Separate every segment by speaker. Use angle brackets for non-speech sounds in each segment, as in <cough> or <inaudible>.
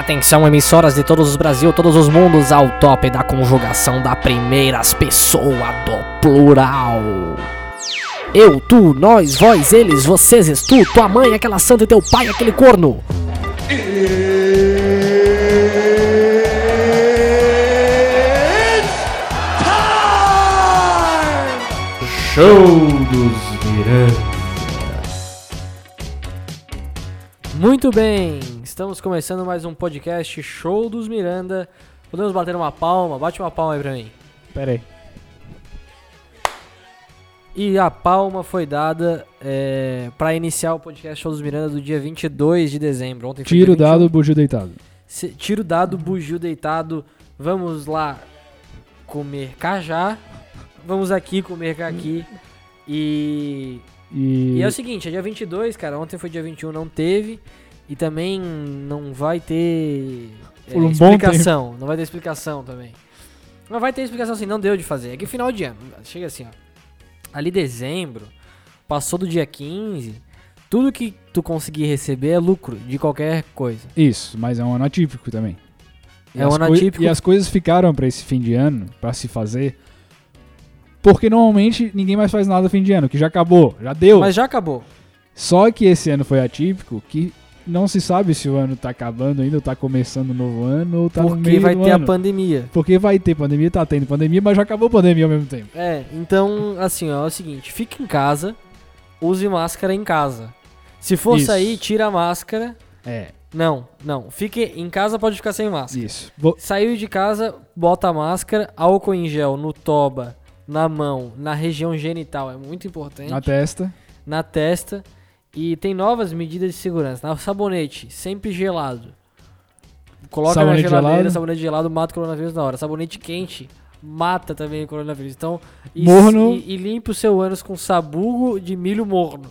Speaker 1: Atenção, emissoras de todos os Brasil, todos os mundos, ao top da conjugação da primeira pessoa do plural. Eu, tu, nós, vós, eles, vocês, és tu, tua mãe, aquela santa e teu pai, aquele corno.
Speaker 2: Show dos Miranda.
Speaker 1: Muito bem, estamos começando mais um podcast Show dos Miranda. Podemos bater uma palma? Bate uma palma aí pra mim.
Speaker 2: Pera aí.
Speaker 1: E a palma foi dada é, para iniciar o podcast Show dos Miranda do dia 22 de dezembro. Ontem foi
Speaker 2: Tiro
Speaker 1: dia
Speaker 2: dado, bugio deitado.
Speaker 1: 21. Se- tiro dado, bugio deitado. Vamos lá comer cajá. Vamos aqui comer caqui. E
Speaker 2: E,
Speaker 1: E é o seguinte, é dia 22, cara. Ontem foi dia 21, não teve. E também não vai ter é,
Speaker 2: Por um bom
Speaker 1: explicação. Não vai ter explicação também. Mas vai ter explicação assim, não deu de fazer. É que final de ano, chega assim, ó. Ali dezembro, passou do dia 15, tudo que tu conseguir receber é lucro de qualquer coisa.
Speaker 2: isso, mas é um ano atípico também. E
Speaker 1: É um
Speaker 2: as
Speaker 1: ano
Speaker 2: coi-
Speaker 1: atípico.
Speaker 2: E as coisas ficaram pra esse fim de ano, pra se fazer. Porque normalmente ninguém mais faz nada no fim de ano, que já acabou, já deu.
Speaker 1: Mas já acabou.
Speaker 2: Só que esse ano foi atípico, que não se sabe se o ano tá acabando ainda, ou tá começando um novo ano, ou tá no
Speaker 1: porque
Speaker 2: meio
Speaker 1: vai
Speaker 2: do
Speaker 1: ter
Speaker 2: ano.
Speaker 1: a pandemia.
Speaker 2: Porque vai ter pandemia, tá tendo pandemia, mas já acabou a pandemia ao mesmo tempo.
Speaker 1: É, então, assim, ó, é o seguinte, fique em casa, use máscara em casa. Se for
Speaker 2: Isso.
Speaker 1: sair, tira a máscara.
Speaker 2: É,
Speaker 1: Não, não, fique em casa, pode ficar sem máscara.
Speaker 2: isso. Vou-
Speaker 1: Saiu de casa, bota a máscara, álcool em gel no toba, na mão, na região genital, é muito importante,
Speaker 2: Na
Speaker 1: na,
Speaker 2: testa.
Speaker 1: testa. E tem novas medidas de segurança. Na sabonete, sempre gelado. Coloca
Speaker 2: Sabonete
Speaker 1: na geladeira,
Speaker 2: gelado.
Speaker 1: sabonete gelado, mata o coronavírus na hora. Sabonete quente mata também o coronavírus. Então, e,
Speaker 2: Morno.
Speaker 1: e, e limpa os seus ânus com sabugo de milho morno.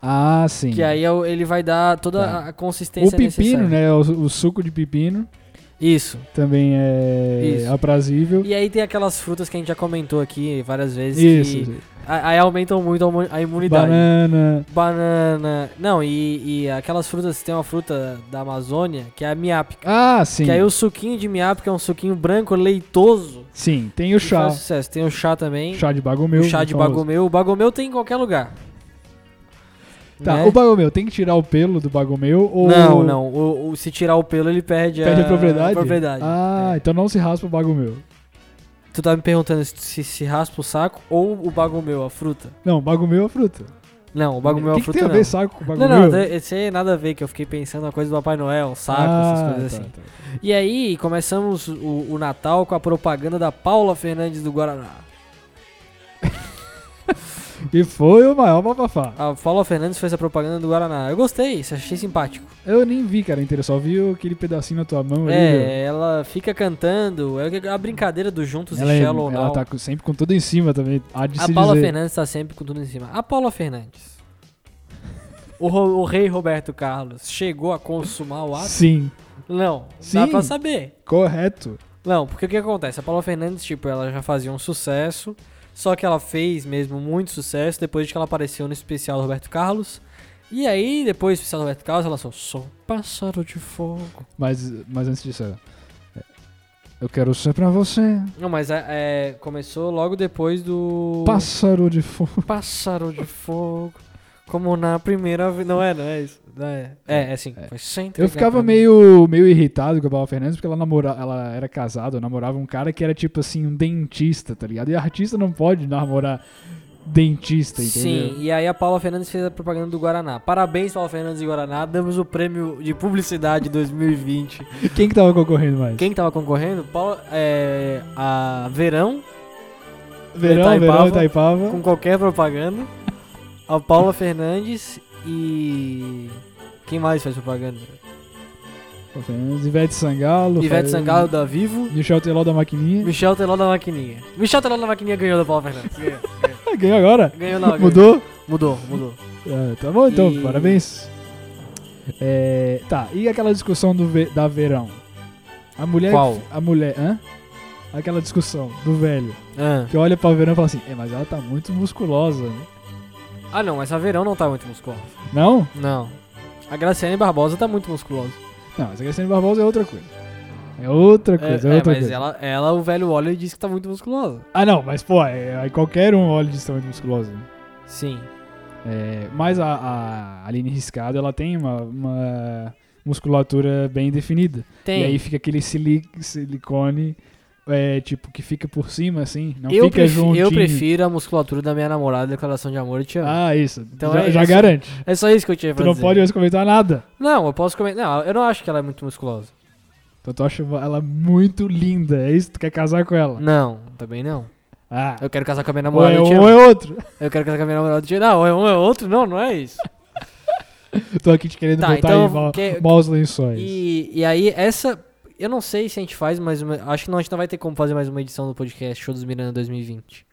Speaker 2: Ah, sim.
Speaker 1: Que aí é o- ele vai dar toda
Speaker 2: Tá.
Speaker 1: a- a consistência
Speaker 2: O pepino,
Speaker 1: necessária.
Speaker 2: né? O, o suco de pepino
Speaker 1: Isso.
Speaker 2: também é
Speaker 1: Isso.
Speaker 2: aprazível.
Speaker 1: E aí tem aquelas frutas que a gente já comentou aqui várias vezes.
Speaker 2: Isso.
Speaker 1: Que a- aí aumentam muito a imu- a imunidade.
Speaker 2: Banana.
Speaker 1: Banana. Não, e, e aquelas frutas, tem uma fruta da Amazônia que é a miápica.
Speaker 2: Ah, sim.
Speaker 1: Que aí o suquinho de miápica é um suquinho branco, leitoso.
Speaker 2: Sim, tem o
Speaker 1: que
Speaker 2: chá.
Speaker 1: Faz sucesso. Tem o chá também.
Speaker 2: Chá de
Speaker 1: o
Speaker 2: bagomeu.
Speaker 1: chá de
Speaker 2: famoso.
Speaker 1: bagomeu. O bagomeu tem em qualquer lugar.
Speaker 2: Tá,
Speaker 1: Né?
Speaker 2: o bagomeu, tem que tirar o pelo do bagomeu ou...
Speaker 1: Não, não. O, o- se tirar o pelo, ele perde,
Speaker 2: Perde a propriedade?
Speaker 1: propriedade.
Speaker 2: Ah,
Speaker 1: É.
Speaker 2: então não se raspa o bagomeu.
Speaker 1: Tu tá me perguntando se, se, se raspa o saco ou o bagomeu, a fruta.
Speaker 2: Não, bagomeu é fruta.
Speaker 1: Não, o bagomeu, é a
Speaker 2: que que
Speaker 1: fruta
Speaker 2: tem a
Speaker 1: não.
Speaker 2: ver saco com
Speaker 1: Não,
Speaker 2: bagomeu?
Speaker 1: não, esse aí é nada a ver, que eu fiquei pensando na coisa do Papai Noel, saco, essas
Speaker 2: ah,
Speaker 1: coisas
Speaker 2: tá,
Speaker 1: assim.
Speaker 2: tá.
Speaker 1: E aí, começamos o, o Natal com a propaganda da Paula Fernandes do Guaraná.
Speaker 2: E foi o maior bafafá.
Speaker 1: A Paula Fernandes fez a propaganda do Guaraná. Eu gostei, isso, achei simpático.
Speaker 2: Eu nem vi, cara, inteiro. Só vi aquele pedacinho na tua mão. ali,
Speaker 1: É, ela fica cantando, é a brincadeira do
Speaker 2: ó.
Speaker 1: Juntos
Speaker 2: ela,
Speaker 1: e
Speaker 2: é-
Speaker 1: Shallow ou
Speaker 2: ela
Speaker 1: Now.
Speaker 2: tá com- sempre com tudo em cima também. Há de
Speaker 1: A
Speaker 2: se
Speaker 1: Paula
Speaker 2: dizer.
Speaker 1: Fernandes tá sempre com tudo em cima. A Paula Fernandes. O, Ro- o rei Roberto Carlos chegou a consumar o ato?
Speaker 2: Sim,
Speaker 1: Não, dá
Speaker 2: Sim.
Speaker 1: pra saber.
Speaker 2: correto.
Speaker 1: Não, porque o que acontece? A Paula Fernandes, tipo, ela já fazia um sucesso, só que ela fez mesmo muito sucesso depois de que ela apareceu no especial do Roberto Carlos. E aí, depois do especial do Roberto Carlos, ela lançou Sou Pássaro de Fogo.
Speaker 2: Mas, mas antes disso, é, eu quero ser pra você,
Speaker 1: Não, mas é, é, começou logo depois do
Speaker 2: pássaro de fogo.
Speaker 1: Pássaro de Fogo. Como na primeira vez. Não é, não é isso. Não é, é, é assim.
Speaker 2: É.
Speaker 1: Foi sem
Speaker 2: Eu
Speaker 1: entregar pra
Speaker 2: ficava
Speaker 1: mim.
Speaker 2: meio, meio irritado com a Paula Fernandes porque ela, namora, ela era casada, eu namorava um cara que era tipo assim, um dentista, tá ligado? E artista não pode namorar dentista, entendeu?
Speaker 1: Sim, e aí a Paula Fernandes fez a propaganda do Guaraná. Parabéns, Paula Fernandes e Guaraná. Damos o prêmio de publicidade 2020.
Speaker 2: Quem que tava concorrendo mais?
Speaker 1: Quem tava concorrendo? Paulo, é, a Verão,
Speaker 2: Verão,
Speaker 1: Itaipava.
Speaker 2: Verão, tá Itaipava.
Speaker 1: Tá com qualquer propaganda. A Paula Fernandes e. Quem mais faz propaganda?
Speaker 2: Paula Fernandes, Ivete Sangalo.
Speaker 1: Ivete
Speaker 2: Fa-
Speaker 1: Sangalo da Vivo.
Speaker 2: Michel Teló da Maquininha.
Speaker 1: Michel Teló da Maquininha. Michel Teló da Maquininha ganhou da Paula Fernandes. Ganhou,
Speaker 2: Ah, ganhou agora.
Speaker 1: ganhou não. ganhou.
Speaker 2: Mudou?
Speaker 1: Mudou, mudou.
Speaker 2: Ah, tá bom então,
Speaker 1: E-
Speaker 2: parabéns. É, tá, e aquela discussão do ve- da verão? A mulher.
Speaker 1: Qual?
Speaker 2: A mulher. Hã? Aquela discussão do velho.
Speaker 1: Ah.
Speaker 2: Que olha pra verão e fala assim: É, mas ela tá muito musculosa, né?
Speaker 1: Ah, não, mas a Verão não tá muito musculosa.
Speaker 2: Não?
Speaker 1: Não. A Graciane Barbosa tá muito musculosa.
Speaker 2: Não, mas a Graciane Barbosa é outra coisa. É outra coisa, é,
Speaker 1: é,
Speaker 2: outra
Speaker 1: mas
Speaker 2: coisa.
Speaker 1: ela, ela, o velho óleo diz que tá muito musculosa.
Speaker 2: Ah, não, mas pô, é- aí qualquer um olha de estamento musculosa. né?
Speaker 1: Sim.
Speaker 2: É, mas a, a Aline Riscado, ela tem uma, uma musculatura bem definida.
Speaker 1: Tem.
Speaker 2: E aí fica aquele sili- silicone, é, tipo, que fica por cima, assim. Não
Speaker 1: eu,
Speaker 2: fica
Speaker 1: prefi-
Speaker 2: juntinho.
Speaker 1: eu prefiro a musculatura da minha namorada, declaração de amor, eu te amo.
Speaker 2: Ah, isso.
Speaker 1: Então
Speaker 2: já
Speaker 1: é
Speaker 2: já
Speaker 1: isso.
Speaker 2: garante.
Speaker 1: É só isso que eu tinha
Speaker 2: Tu
Speaker 1: pra
Speaker 2: não
Speaker 1: dizer.
Speaker 2: pode mais comentar nada.
Speaker 1: Não, eu posso comentar. Não, eu não acho que ela é muito musculosa.
Speaker 2: Então tu acha ela muito linda. É isso? Tu quer casar com ela?
Speaker 1: Não, também não.
Speaker 2: Ah.
Speaker 1: Hum. Eu quero casar com a minha
Speaker 2: Ou
Speaker 1: namorada.
Speaker 2: é
Speaker 1: eu, te
Speaker 2: um ou
Speaker 1: amo.
Speaker 2: é outro. <laughs>
Speaker 1: eu quero casar com a minha namorada. eu te amo. Não, ou é um ou é outro? Não, não é isso.
Speaker 2: Tô aqui te querendo
Speaker 1: Tá,
Speaker 2: botar
Speaker 1: então
Speaker 2: aí mal,
Speaker 1: que-
Speaker 2: maus lençóis.
Speaker 1: E, e aí, essa. Eu não sei se a gente faz mais uma. Acho que não, a gente não vai ter como fazer mais uma edição do podcast Show dos Miranda 2020.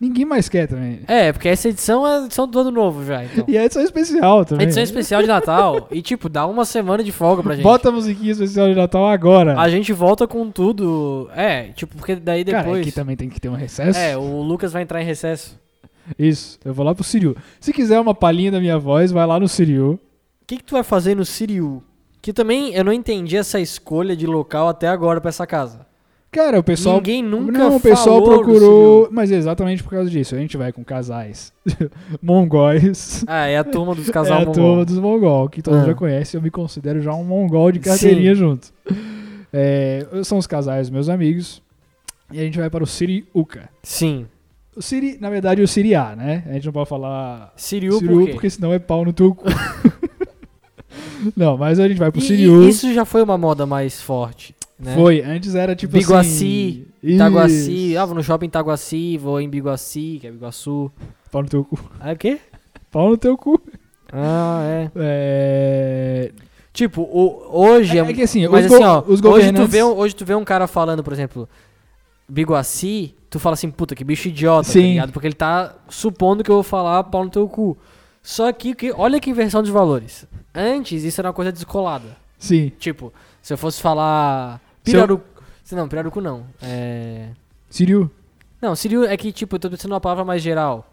Speaker 2: Ninguém mais quer também.
Speaker 1: É, porque essa edição é a edição do ano novo já, então.
Speaker 2: E a edição é especial <laughs> também.
Speaker 1: Edição é especial de Natal. e, tipo, dá uma semana de folga
Speaker 2: <laughs>
Speaker 1: pra gente.
Speaker 2: Bota a musiquinha especial de Natal agora.
Speaker 1: A gente volta com tudo. É, tipo, porque daí
Speaker 2: Cara, aqui
Speaker 1: depois.
Speaker 2: também tem que ter um recesso.
Speaker 1: é, o Lucas vai entrar em recesso.
Speaker 2: Isso, eu vou lá pro Siriu. Se quiser uma palhinha da minha voz, vai lá no Siriu.
Speaker 1: O que, que tu vai fazer no Siriu? Que também eu não entendi essa escolha de local até agora pra essa casa.
Speaker 2: Cara, o pessoal.
Speaker 1: Ninguém nunca
Speaker 2: Não, o pessoal
Speaker 1: falou do
Speaker 2: procurou.
Speaker 1: Siriu.
Speaker 2: Mas é exatamente por causa disso. A gente vai com casais <laughs> mongóis.
Speaker 1: Ah, é a turma dos
Speaker 2: <laughs> é
Speaker 1: casal
Speaker 2: a
Speaker 1: mongol.
Speaker 2: turma dos mongol, que todo
Speaker 1: Ah.
Speaker 2: mundo já conhece. Eu me considero já um mongol de carteirinha junto. É, são os casais, meus amigos. E a gente vai para o Siriuca.
Speaker 1: Sim.
Speaker 2: O Siri, na verdade, o Siriá, né? A gente não pode falar
Speaker 1: Siriu,
Speaker 2: Siriu
Speaker 1: por quê?
Speaker 2: porque senão é pau no teu cu. <laughs> não, mas a gente vai pro
Speaker 1: E-
Speaker 2: Siriu.
Speaker 1: e Isso já foi uma moda mais forte, né?
Speaker 2: Foi, antes era tipo
Speaker 1: Biguaci,
Speaker 2: assim...
Speaker 1: Itaguaci, ah,
Speaker 2: Isso.
Speaker 1: vou no shopping Itaguaci, vou em Biguaci, que é Biguaçu.
Speaker 2: Pau no teu cu.
Speaker 1: Ah, o quê?
Speaker 2: Pau no teu cu.
Speaker 1: Ah, é.
Speaker 2: É...
Speaker 1: Tipo, o- hoje...
Speaker 2: É, é que assim,
Speaker 1: Mas
Speaker 2: os,
Speaker 1: assim,
Speaker 2: go-
Speaker 1: ó,
Speaker 2: os
Speaker 1: hoje, tu
Speaker 2: governantes...
Speaker 1: vê, um- hoje tu vê um cara falando, por exemplo, Biguaci, tu fala assim, puta, que bicho idiota, tá
Speaker 2: Sim.
Speaker 1: ligado? Porque ele tá supondo que eu vou falar pau no teu cu. Só que, que olha que inversão de valores. Antes, isso era uma coisa descolada.
Speaker 2: Sim,
Speaker 1: Tipo, se eu fosse falar
Speaker 2: Se eu-
Speaker 1: pirarucu... se Não, pirarucu não. É...
Speaker 2: Siriu.
Speaker 1: Não, Siriu é que, tipo, eu tô pensando numa palavra mais geral.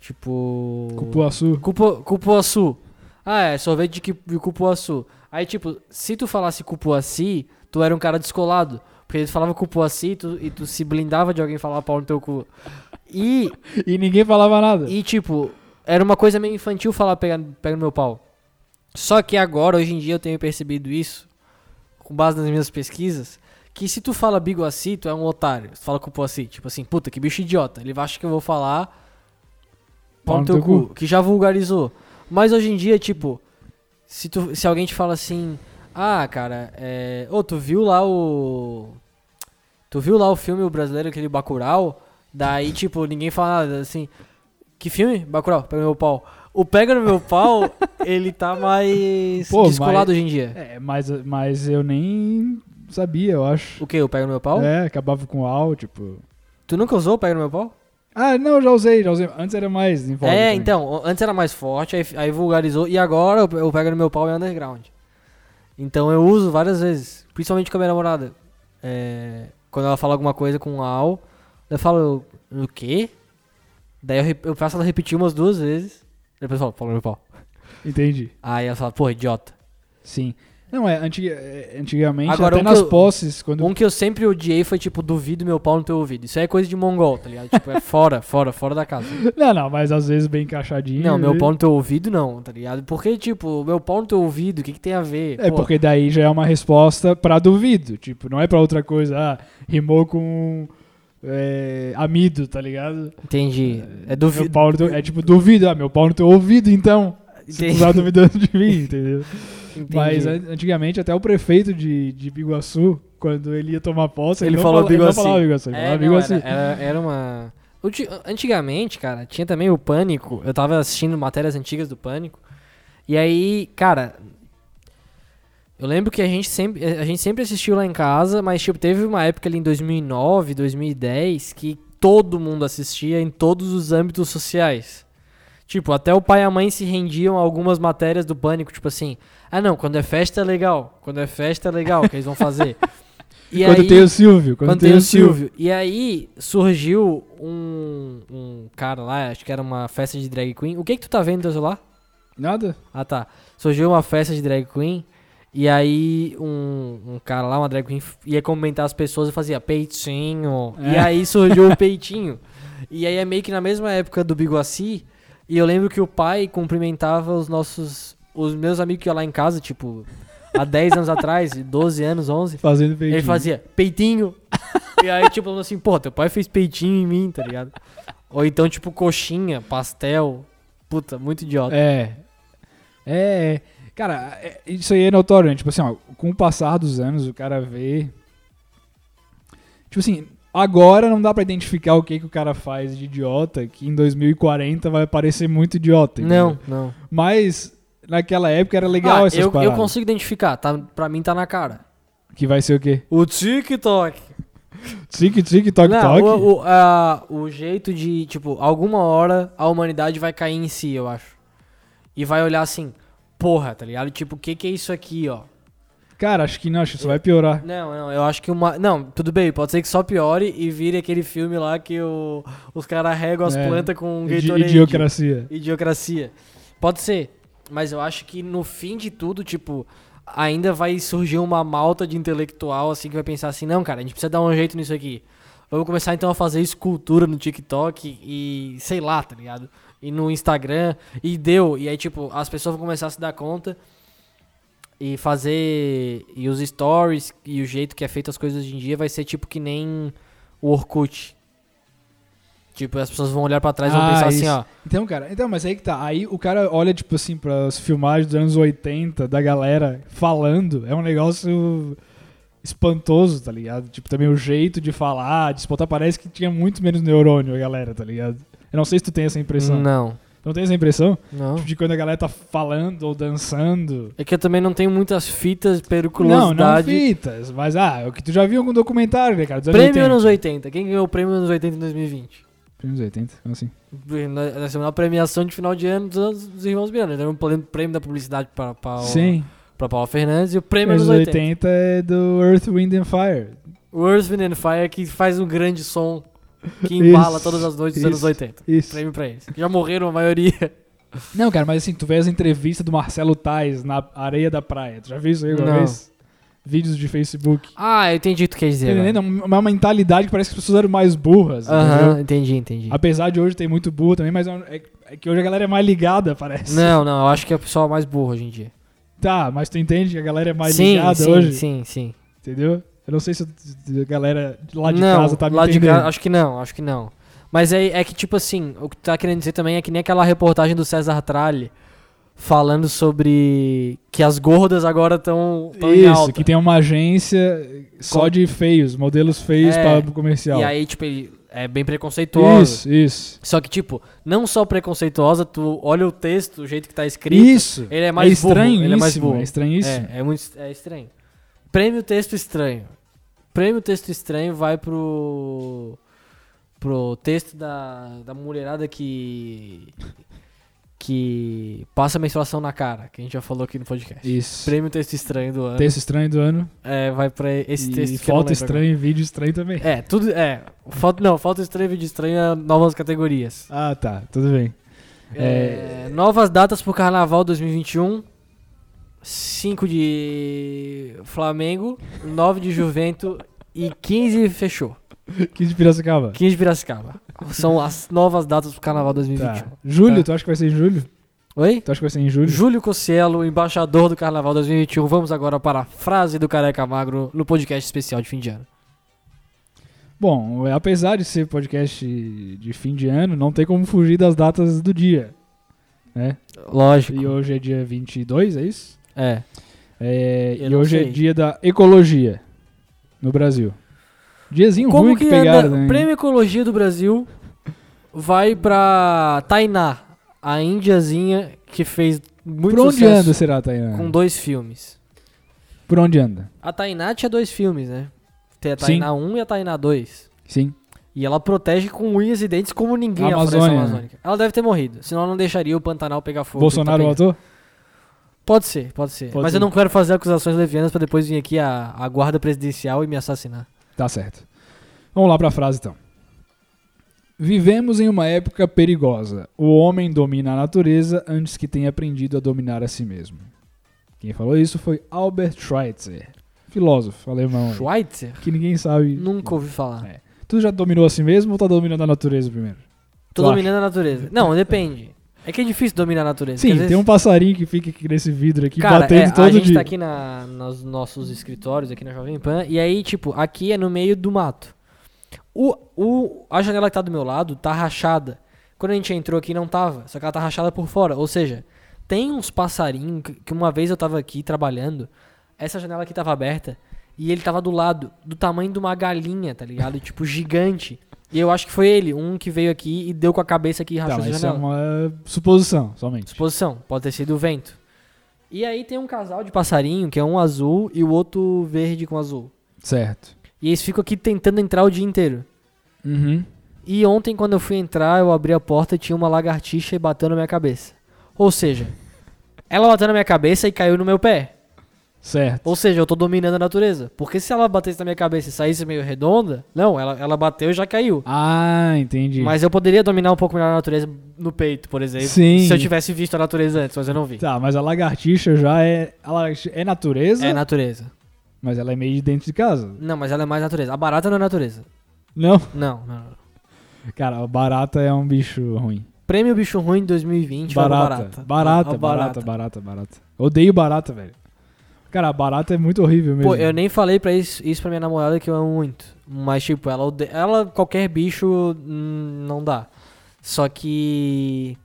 Speaker 1: Tipo...
Speaker 2: Cupuaçu.
Speaker 1: Cupu- Cupuaçu. Ah, é, sorvete de, qui- de cupuaçu. Aí, tipo, se tu falasse cupuaci, tu era um cara descolado. Porque tu falava cupuaci tu, e tu se blindava de alguém falar pau no teu cu. E,
Speaker 2: E ninguém falava nada.
Speaker 1: e tipo, era uma coisa meio infantil falar pega, pega no meu pau. Só que agora, hoje em dia, eu tenho percebido isso, com base nas minhas pesquisas, que se tu fala biguaci, tu é um otário. Se tu fala cupuaci, tipo assim, puta, que bicho idiota. Ele vai- acha que eu vou falar pau no teu cu, que já vulgarizou. Mas hoje em dia, tipo, se, tu, se alguém te fala assim, ah, cara, é... ô, tu viu lá o... Tu viu lá o filme o brasileiro, aquele Bacurau? Daí, tipo, ninguém fala nada, assim, que filme? Bacurau, pega no meu pau. O pega no meu pau,
Speaker 2: <laughs>
Speaker 1: ele tá mais
Speaker 2: Pô,
Speaker 1: descolado
Speaker 2: mas-
Speaker 1: hoje em dia.
Speaker 2: É, mas, mas eu nem sabia, eu acho.
Speaker 1: O que, o pega no meu pau?
Speaker 2: É, acabava com al, tipo...
Speaker 1: Tu nunca usou o pega no meu pau?
Speaker 2: Ah, não, já usei, já usei. Antes era mais em voga
Speaker 1: É,
Speaker 2: também.
Speaker 1: então, o- antes era mais forte, aí, aí vulgarizou, e agora eu, eu pego no meu pau e underground. Então eu uso várias vezes, principalmente com a minha namorada. É, quando ela fala alguma coisa com al, eu falo, o quê? Daí eu, rep- eu faço ela repetir umas duas vezes, depois eu falo, pau no meu pau.
Speaker 2: Entendi.
Speaker 1: Aí ela fala, porra, idiota.
Speaker 2: Sim. Não, é, antigu- é, antigamente,
Speaker 1: Agora,
Speaker 2: até
Speaker 1: um que
Speaker 2: nas
Speaker 1: eu-
Speaker 2: posses, quando...
Speaker 1: Um que eu sempre odiei foi, tipo, duvido meu pau no teu ouvido. Isso aí é coisa de mongol, tá ligado? Tipo,
Speaker 2: <laughs>
Speaker 1: é fora, fora, fora da casa.
Speaker 2: Não, não, mas às vezes bem encaixadinho.
Speaker 1: Não, meu
Speaker 2: né?
Speaker 1: pau no teu ouvido não, tá ligado? Porque, tipo, meu pau no teu ouvido, o que, que tem a ver?
Speaker 2: É
Speaker 1: Pô,
Speaker 2: porque daí já é uma resposta pra duvido. Tipo, não é pra outra coisa. Ah, rimou com é, amido, tá ligado?
Speaker 1: Entendi. É
Speaker 2: Meu
Speaker 1: duvido.
Speaker 2: pau no teu- é tipo, duvido. Ah, meu pau no teu ouvido, então. Se tu
Speaker 1: Entendi.
Speaker 2: tá duvidando de mim, entendeu?
Speaker 1: Entendi.
Speaker 2: Mas an- antigamente até o prefeito de, de Biguaçu, quando ele ia tomar posse, ele,
Speaker 1: Ele
Speaker 2: não
Speaker 1: falou
Speaker 2: fala- ele não
Speaker 1: Biguaçu.
Speaker 2: falava Biguaçu. Ele
Speaker 1: É,
Speaker 2: falava
Speaker 1: não,
Speaker 2: Biguaçu.
Speaker 1: era, era, era uma. Ulti- Antigamente, cara, tinha também o Pânico. Eu tava assistindo matérias antigas do Pânico. E aí, cara. Eu lembro que a gente sempre, a gente sempre assistiu lá em casa, mas tipo, teve uma época ali em 2009, 2010 que todo mundo assistia em todos os âmbitos sociais. Tipo, até o pai e a mãe se rendiam a algumas matérias do pânico, tipo assim, ah não, quando é festa é legal, quando é festa é legal, que eles vão
Speaker 2: <laughs>
Speaker 1: fazer. E
Speaker 2: quando
Speaker 1: aí-
Speaker 2: tem o Silvio. Quando,
Speaker 1: quando tem o Silvio. E aí surgiu um, um cara lá, acho que era uma festa de drag queen. O que que tu tá vendo do teu celular?
Speaker 2: Nada?
Speaker 1: Ah tá. Surgiu uma festa de drag queen. E aí um, um cara lá, uma drag queen, ia comentar as pessoas e fazia peitinho. E
Speaker 2: É.
Speaker 1: aí surgiu <laughs> o peitinho. E aí é meio que na mesma época do Biguaci. E eu lembro que o pai cumprimentava os nossos. Os meus amigos que iam lá em casa, tipo, há 10 anos <laughs> atrás, 12 anos, 11.
Speaker 2: Fazendo peitinho.
Speaker 1: Ele fazia peitinho. <laughs> e aí, tipo, falando assim, pô, teu pai fez peitinho em mim, tá ligado? Ou então, tipo, coxinha, pastel. Puta, muito idiota.
Speaker 2: É. É. é. Cara, é- isso aí é notório, né? Tipo assim, ó, com o passar dos anos, o cara vê. Tipo assim, agora não dá pra identificar o que, que o cara faz de idiota, que em 2040 vai parecer muito idiota. entendeu?
Speaker 1: não, não.
Speaker 2: Mas naquela época era legal
Speaker 1: Ah,
Speaker 2: essas
Speaker 1: eu, eu
Speaker 2: paradas.
Speaker 1: consigo identificar, tá, pra mim tá na cara.
Speaker 2: Que vai ser o quê?
Speaker 1: O TikTok.
Speaker 2: Tic, tic, toc,
Speaker 1: Não,
Speaker 2: toc?
Speaker 1: O, o, a- o jeito de, tipo, alguma hora a humanidade vai cair em si, eu acho. E vai olhar assim, porra, tá ligado? Tipo, o que que é isso aqui, ó?
Speaker 2: Cara, acho que não, acho que isso vai piorar.
Speaker 1: Não, não, eu acho que uma. Não, tudo bem, pode ser que só piore e vire aquele filme lá que o- os caras regam as
Speaker 2: É,
Speaker 1: plantas com um
Speaker 2: Idi-
Speaker 1: Gatorade.
Speaker 2: Idiocracia.
Speaker 1: Idiocracia. Pode ser, mas eu acho que no fim de tudo, tipo, ainda vai surgir uma malta de intelectual assim que vai pensar assim: não, cara, a gente precisa dar um jeito nisso aqui. Vamos começar então a fazer escultura no TikTok e sei lá, tá ligado? E no Instagram, e deu. E aí, tipo, as pessoas vão começar a se dar conta e fazer. E os stories e o jeito que é feito as coisas hoje em dia vai ser tipo que nem o Orkut. Tipo, as pessoas vão olhar pra trás e vão
Speaker 2: Ah,
Speaker 1: pensar assim,
Speaker 2: isso.
Speaker 1: ó.
Speaker 2: Então, cara, então, mas aí que tá. Aí o cara olha, tipo assim, pras filmagens dos anos 80 da galera falando. É um negócio espantoso, tá ligado? Tipo, também o jeito de falar, de espantar, parece que tinha muito menos neurônio a galera, tá ligado? Eu não sei se tu tem essa impressão. Não,
Speaker 1: Não,
Speaker 2: tem essa impressão?
Speaker 1: não.
Speaker 2: Tipo, de quando a galera tá falando ou dançando.
Speaker 1: É que eu também não tenho muitas fitas
Speaker 2: Não, não
Speaker 1: periculosidade.
Speaker 2: fitas, mas ah, é o que tu já viu em algum documentário, né, cara? Dos anos
Speaker 1: prêmio
Speaker 2: 80.
Speaker 1: anos 80. Quem ganhou o prêmio anos 80 em 2020?
Speaker 2: Prêmio anos 80, como assim?
Speaker 1: Na, na semana da premiação de final de ano dos, anos- dos irmãos Miranda. Então, Deram o prêmio da publicidade pra, Paula-
Speaker 2: Sim,
Speaker 1: pra Paula Fernandes e o Ah, prêmio
Speaker 2: anos
Speaker 1: anos 80.
Speaker 2: 80 é do Earth, Wind and Fire.
Speaker 1: O Earth, Wind and Fire que faz um grande som <laughs> que embala
Speaker 2: Isso,
Speaker 1: todas as noites dos anos
Speaker 2: isso.
Speaker 1: 80.
Speaker 2: Isso.
Speaker 1: Prêmio pra eles. Já morreram a maioria.
Speaker 2: Não, cara, mas assim, tu vê as entrevistas do Marcelo Tais na areia da praia. Tu já viu isso aí alguma
Speaker 1: Não.
Speaker 2: vez? Vídeos de Facebook.
Speaker 1: <laughs> Ah, eu entendi o que tu quer dizer.
Speaker 2: Entendendo?
Speaker 1: agora.
Speaker 2: É uma mentalidade que parece que as pessoas eram mais burras.
Speaker 1: Aham,
Speaker 2: entendeu?
Speaker 1: entendi, entendi.
Speaker 2: Apesar de hoje ter muito burro também, mas é um- é, é que hoje a galera é mais ligada, parece.
Speaker 1: Não, não, eu acho que é o pessoal mais burro hoje em dia.
Speaker 2: <laughs> Tá, mas tu entende que a galera é mais
Speaker 1: sim,
Speaker 2: ligada
Speaker 1: sim,
Speaker 2: hoje,
Speaker 1: sim, sim.
Speaker 2: entendeu? Eu não sei se a galera lá de
Speaker 1: não,
Speaker 2: casa tá me
Speaker 1: lá de
Speaker 2: entendendo.
Speaker 1: casa, acho que não, acho que não. Mas é, é que, tipo assim, o que tu tá querendo dizer também é que nem aquela reportagem do César Tralli falando sobre que as gordas agora estão em
Speaker 2: Isso,
Speaker 1: alta.
Speaker 2: que tem uma agência só
Speaker 1: Com-
Speaker 2: de feios, modelos feios
Speaker 1: É,
Speaker 2: para comercial.
Speaker 1: E aí, tipo, ele é bem preconceituoso.
Speaker 2: Isso, isso.
Speaker 1: Só que, tipo, não só preconceituosa, tu olha o texto, o jeito que tá escrito,
Speaker 2: Isso.
Speaker 1: ele é mais burro.
Speaker 2: estranhíssimo,
Speaker 1: Ele é mais burro.
Speaker 2: É estranhíssimo.
Speaker 1: É, é muito est- é estranho. Prêmio texto estranho. Prêmio texto estranho vai pro pro texto da, da mulherada que que passa menstruação na cara, que a gente já falou aqui no podcast.
Speaker 2: Isso.
Speaker 1: Prêmio texto estranho do ano.
Speaker 2: Texto estranho do ano.
Speaker 1: É, vai pra esse
Speaker 2: e
Speaker 1: texto que eu não
Speaker 2: foto
Speaker 1: lembro
Speaker 2: estranha e vídeo estranho também.
Speaker 1: agora. É, tudo é, foto não, foto estranha, vídeo estranho, é novas categorias.
Speaker 2: Ah, tá. Tudo bem.
Speaker 1: É, novas datas pro Carnaval 2021. 5 um. de Flamengo, 9 de Juventus e 15 fechou.
Speaker 2: 15 de Piracicaba.
Speaker 1: 15 de Piracicaba. São as novas datas pro Carnaval 2021.
Speaker 2: Tá. Julho,
Speaker 1: Tá.
Speaker 2: tu acha que vai ser em julho?
Speaker 1: Oi?
Speaker 2: Tu acha que vai ser em julho?
Speaker 1: Júlio Cossielo, embaixador do Carnaval 2021. Vamos agora para a frase do Careca Magro no podcast especial de fim de ano.
Speaker 2: Bom, é, apesar de ser podcast de fim de ano, não tem como fugir das datas do dia. Né?
Speaker 1: Lógico.
Speaker 2: E hoje é dia 22, é isso?
Speaker 1: É.
Speaker 2: É,
Speaker 1: Eu
Speaker 2: e
Speaker 1: não
Speaker 2: hoje é
Speaker 1: sei.
Speaker 2: dia da ecologia no Brasil. Diazinho
Speaker 1: Como
Speaker 2: ruim
Speaker 1: que
Speaker 2: que pegaram,
Speaker 1: anda?
Speaker 2: né?
Speaker 1: Prêmio Ecologia do Brasil vai pra Tainá, a índiazinha que fez muito
Speaker 2: Por onde
Speaker 1: sucesso
Speaker 2: anda, será, Tainá?
Speaker 1: com dois filmes.
Speaker 2: Por onde anda?
Speaker 1: A Tainá tinha dois filmes, né? Tem a
Speaker 2: Sim.
Speaker 1: Tainá 1 e a Tainá 2.
Speaker 2: Sim.
Speaker 1: E ela protege com unhas e dentes como ninguém
Speaker 2: A
Speaker 1: a floresta
Speaker 2: Amazônia.
Speaker 1: amazônica. Ela deve ter morrido, senão ela não deixaria o Pantanal pegar fogo.
Speaker 2: Bolsonaro
Speaker 1: Tá pegando.
Speaker 2: votou?
Speaker 1: Pode ser, pode ser.
Speaker 2: Pode
Speaker 1: Mas
Speaker 2: ser.
Speaker 1: eu não quero fazer acusações levianas pra depois vir aqui a, a guarda presidencial e me assassinar.
Speaker 2: Tá certo. Vamos lá para a frase então. Vivemos em uma época perigosa. O homem domina a natureza antes que tenha aprendido a dominar a si mesmo. Quem falou isso foi Albert Schweitzer, filósofo alemão. aí,
Speaker 1: Schweitzer?
Speaker 2: Que ninguém sabe.
Speaker 1: Nunca ouvi falar.
Speaker 2: É. Tu já dominou a si mesmo ou tá dominando a natureza primeiro?
Speaker 1: Tô
Speaker 2: Tu acha?
Speaker 1: dominando a natureza. Não, depende. É que é difícil dominar a natureza.
Speaker 2: Sim,
Speaker 1: porque às
Speaker 2: tem
Speaker 1: vezes-
Speaker 2: um passarinho que fica aqui nesse vidro aqui
Speaker 1: Cara,
Speaker 2: batendo
Speaker 1: é,
Speaker 2: todo
Speaker 1: a gente
Speaker 2: dia.
Speaker 1: tá aqui na, nos nossos escritórios, aqui na Jovem Pan, e aí, tipo, aqui é no meio do mato. O, o, a janela que tá do meu lado tá rachada. Quando a gente entrou aqui não tava, só que ela tá rachada por fora. Ou seja, tem uns passarinhos que, que uma vez eu tava aqui trabalhando, essa janela aqui tava aberta, e ele tava do lado, do tamanho de uma galinha, tá ligado? tipo, gigante. E eu acho que foi ele, um que veio aqui e deu com a cabeça aqui e
Speaker 2: Tá,
Speaker 1: rachou
Speaker 2: mas
Speaker 1: essa
Speaker 2: isso é
Speaker 1: janela.
Speaker 2: uma é, suposição, somente.
Speaker 1: Suposição, pode ter sido o vento. E aí tem um casal de passarinho, que é um azul e o outro verde com azul.
Speaker 2: Certo.
Speaker 1: E eles ficam aqui tentando entrar o dia inteiro.
Speaker 2: Uhum.
Speaker 1: E ontem, quando eu fui entrar, eu abri a porta e tinha uma lagartixa e bateu na minha cabeça. Ou seja, ela bateu na minha cabeça e caiu no meu pé.
Speaker 2: Certo.
Speaker 1: Ou seja, eu tô dominando a natureza. Porque se ela batesse na minha cabeça e saísse meio redonda, não, ela, ela bateu e já caiu.
Speaker 2: Ah, entendi.
Speaker 1: Mas eu poderia dominar um pouco melhor a natureza no peito, por exemplo.
Speaker 2: Sim.
Speaker 1: Se eu tivesse visto a natureza antes, mas eu não vi.
Speaker 2: Tá, mas a lagartixa já é. A lagartixa é natureza,
Speaker 1: É natureza.
Speaker 2: mas ela é meio de dentro de casa.
Speaker 1: Não, mas ela é mais natureza. A barata não é natureza.
Speaker 2: Não.
Speaker 1: Não, não, não.
Speaker 2: Cara, a barata é um bicho ruim.
Speaker 1: Prêmio Bicho Ruim de 2020 vai pra
Speaker 2: Barata. Barata,
Speaker 1: barata.
Speaker 2: barata,
Speaker 1: Ó,
Speaker 2: barata, barata, Odeio barata, velho. Cara, a barata é muito horrível mesmo.
Speaker 1: Pô, eu nem falei pra isso, isso pra minha namorada que eu amo muito. Mas, tipo, ela ode... Ela, qualquer bicho, hum, não dá. Só que.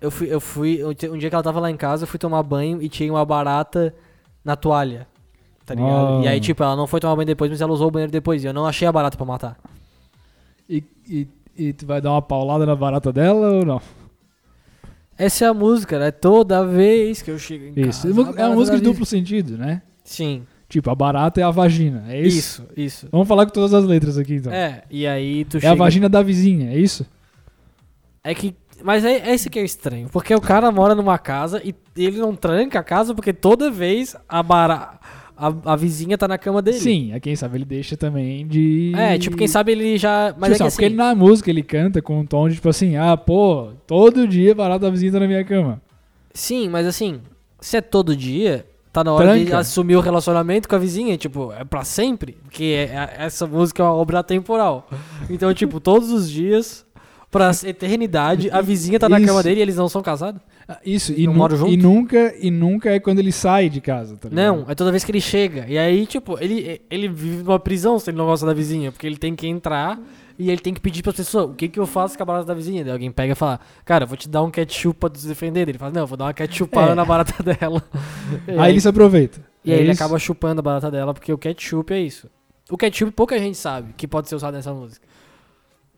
Speaker 1: Eu fui, eu fui. Um dia- um dia que ela tava lá em casa, eu fui tomar banho e tinha uma barata na toalha. Tá ligado?
Speaker 2: Oh.
Speaker 1: E aí, tipo, ela não foi tomar banho depois, mas ela usou o banheiro depois. E eu não achei a barata pra matar.
Speaker 2: E, e, e tu vai dar uma paulada na barata dela ou não?
Speaker 1: Essa é a música, né? Toda vez que eu chego em casa.
Speaker 2: Isso.
Speaker 1: a
Speaker 2: É
Speaker 1: barata
Speaker 2: uma música de
Speaker 1: tá ali.
Speaker 2: duplo sentido, né?
Speaker 1: Sim,
Speaker 2: Tipo, a barata é a vagina, é isso?
Speaker 1: isso, isso.
Speaker 2: Vamos falar com todas as letras aqui, então.
Speaker 1: É, e aí tu
Speaker 2: É
Speaker 1: chega...
Speaker 2: a vagina da vizinha, é isso?
Speaker 1: É que... Mas é, é esse que é estranho, porque o cara mora numa casa e ele não tranca a casa porque toda vez a bara... a, a vizinha tá na cama dele.
Speaker 2: Sim, é quem sabe ele deixa também de.
Speaker 1: É, tipo, quem sabe ele já... Mas
Speaker 2: Tipo
Speaker 1: é que
Speaker 2: assim, ó,
Speaker 1: assim,
Speaker 2: porque ele na música ele canta com um tom de tipo assim, ah, pô, todo dia barata vizinha tá na minha cama.
Speaker 1: Sim, mas assim, se é todo dia, tá na hora de
Speaker 2: Tranca.
Speaker 1: assumir o relacionamento com a vizinha, tipo, é pra sempre, porque é- é- essa música é uma obra atemporal. Então,
Speaker 2: <laughs>
Speaker 1: tipo, todos os dias, pra eternidade, a vizinha tá na
Speaker 2: Isso.
Speaker 1: cama dele e eles não são casados?
Speaker 2: Ah, Isso, e,
Speaker 1: Não
Speaker 2: nu-
Speaker 1: moram junto?
Speaker 2: e nunca e nunca é quando ele sai de casa, tá ligado?
Speaker 1: Não, é toda vez que ele chega. E aí, tipo, ele, ele vive numa prisão se ele não gosta da vizinha, porque ele tem que entrar e ele tem que pedir pra pessoa, o que que eu faço com a barata da vizinha? Daí alguém pega e fala, cara, eu vou te dar um ketchup pra tu se defender. Ele fala, não, eu vou dar uma ketchupada
Speaker 2: É.
Speaker 1: na barata <laughs> dela. E
Speaker 2: Aí ele se aproveita.
Speaker 1: é E aí
Speaker 2: É
Speaker 1: ele
Speaker 2: isso?
Speaker 1: acaba chupando a barata dela, porque o ketchup é isso. O ketchup pouca gente sabe que pode ser usado nessa música.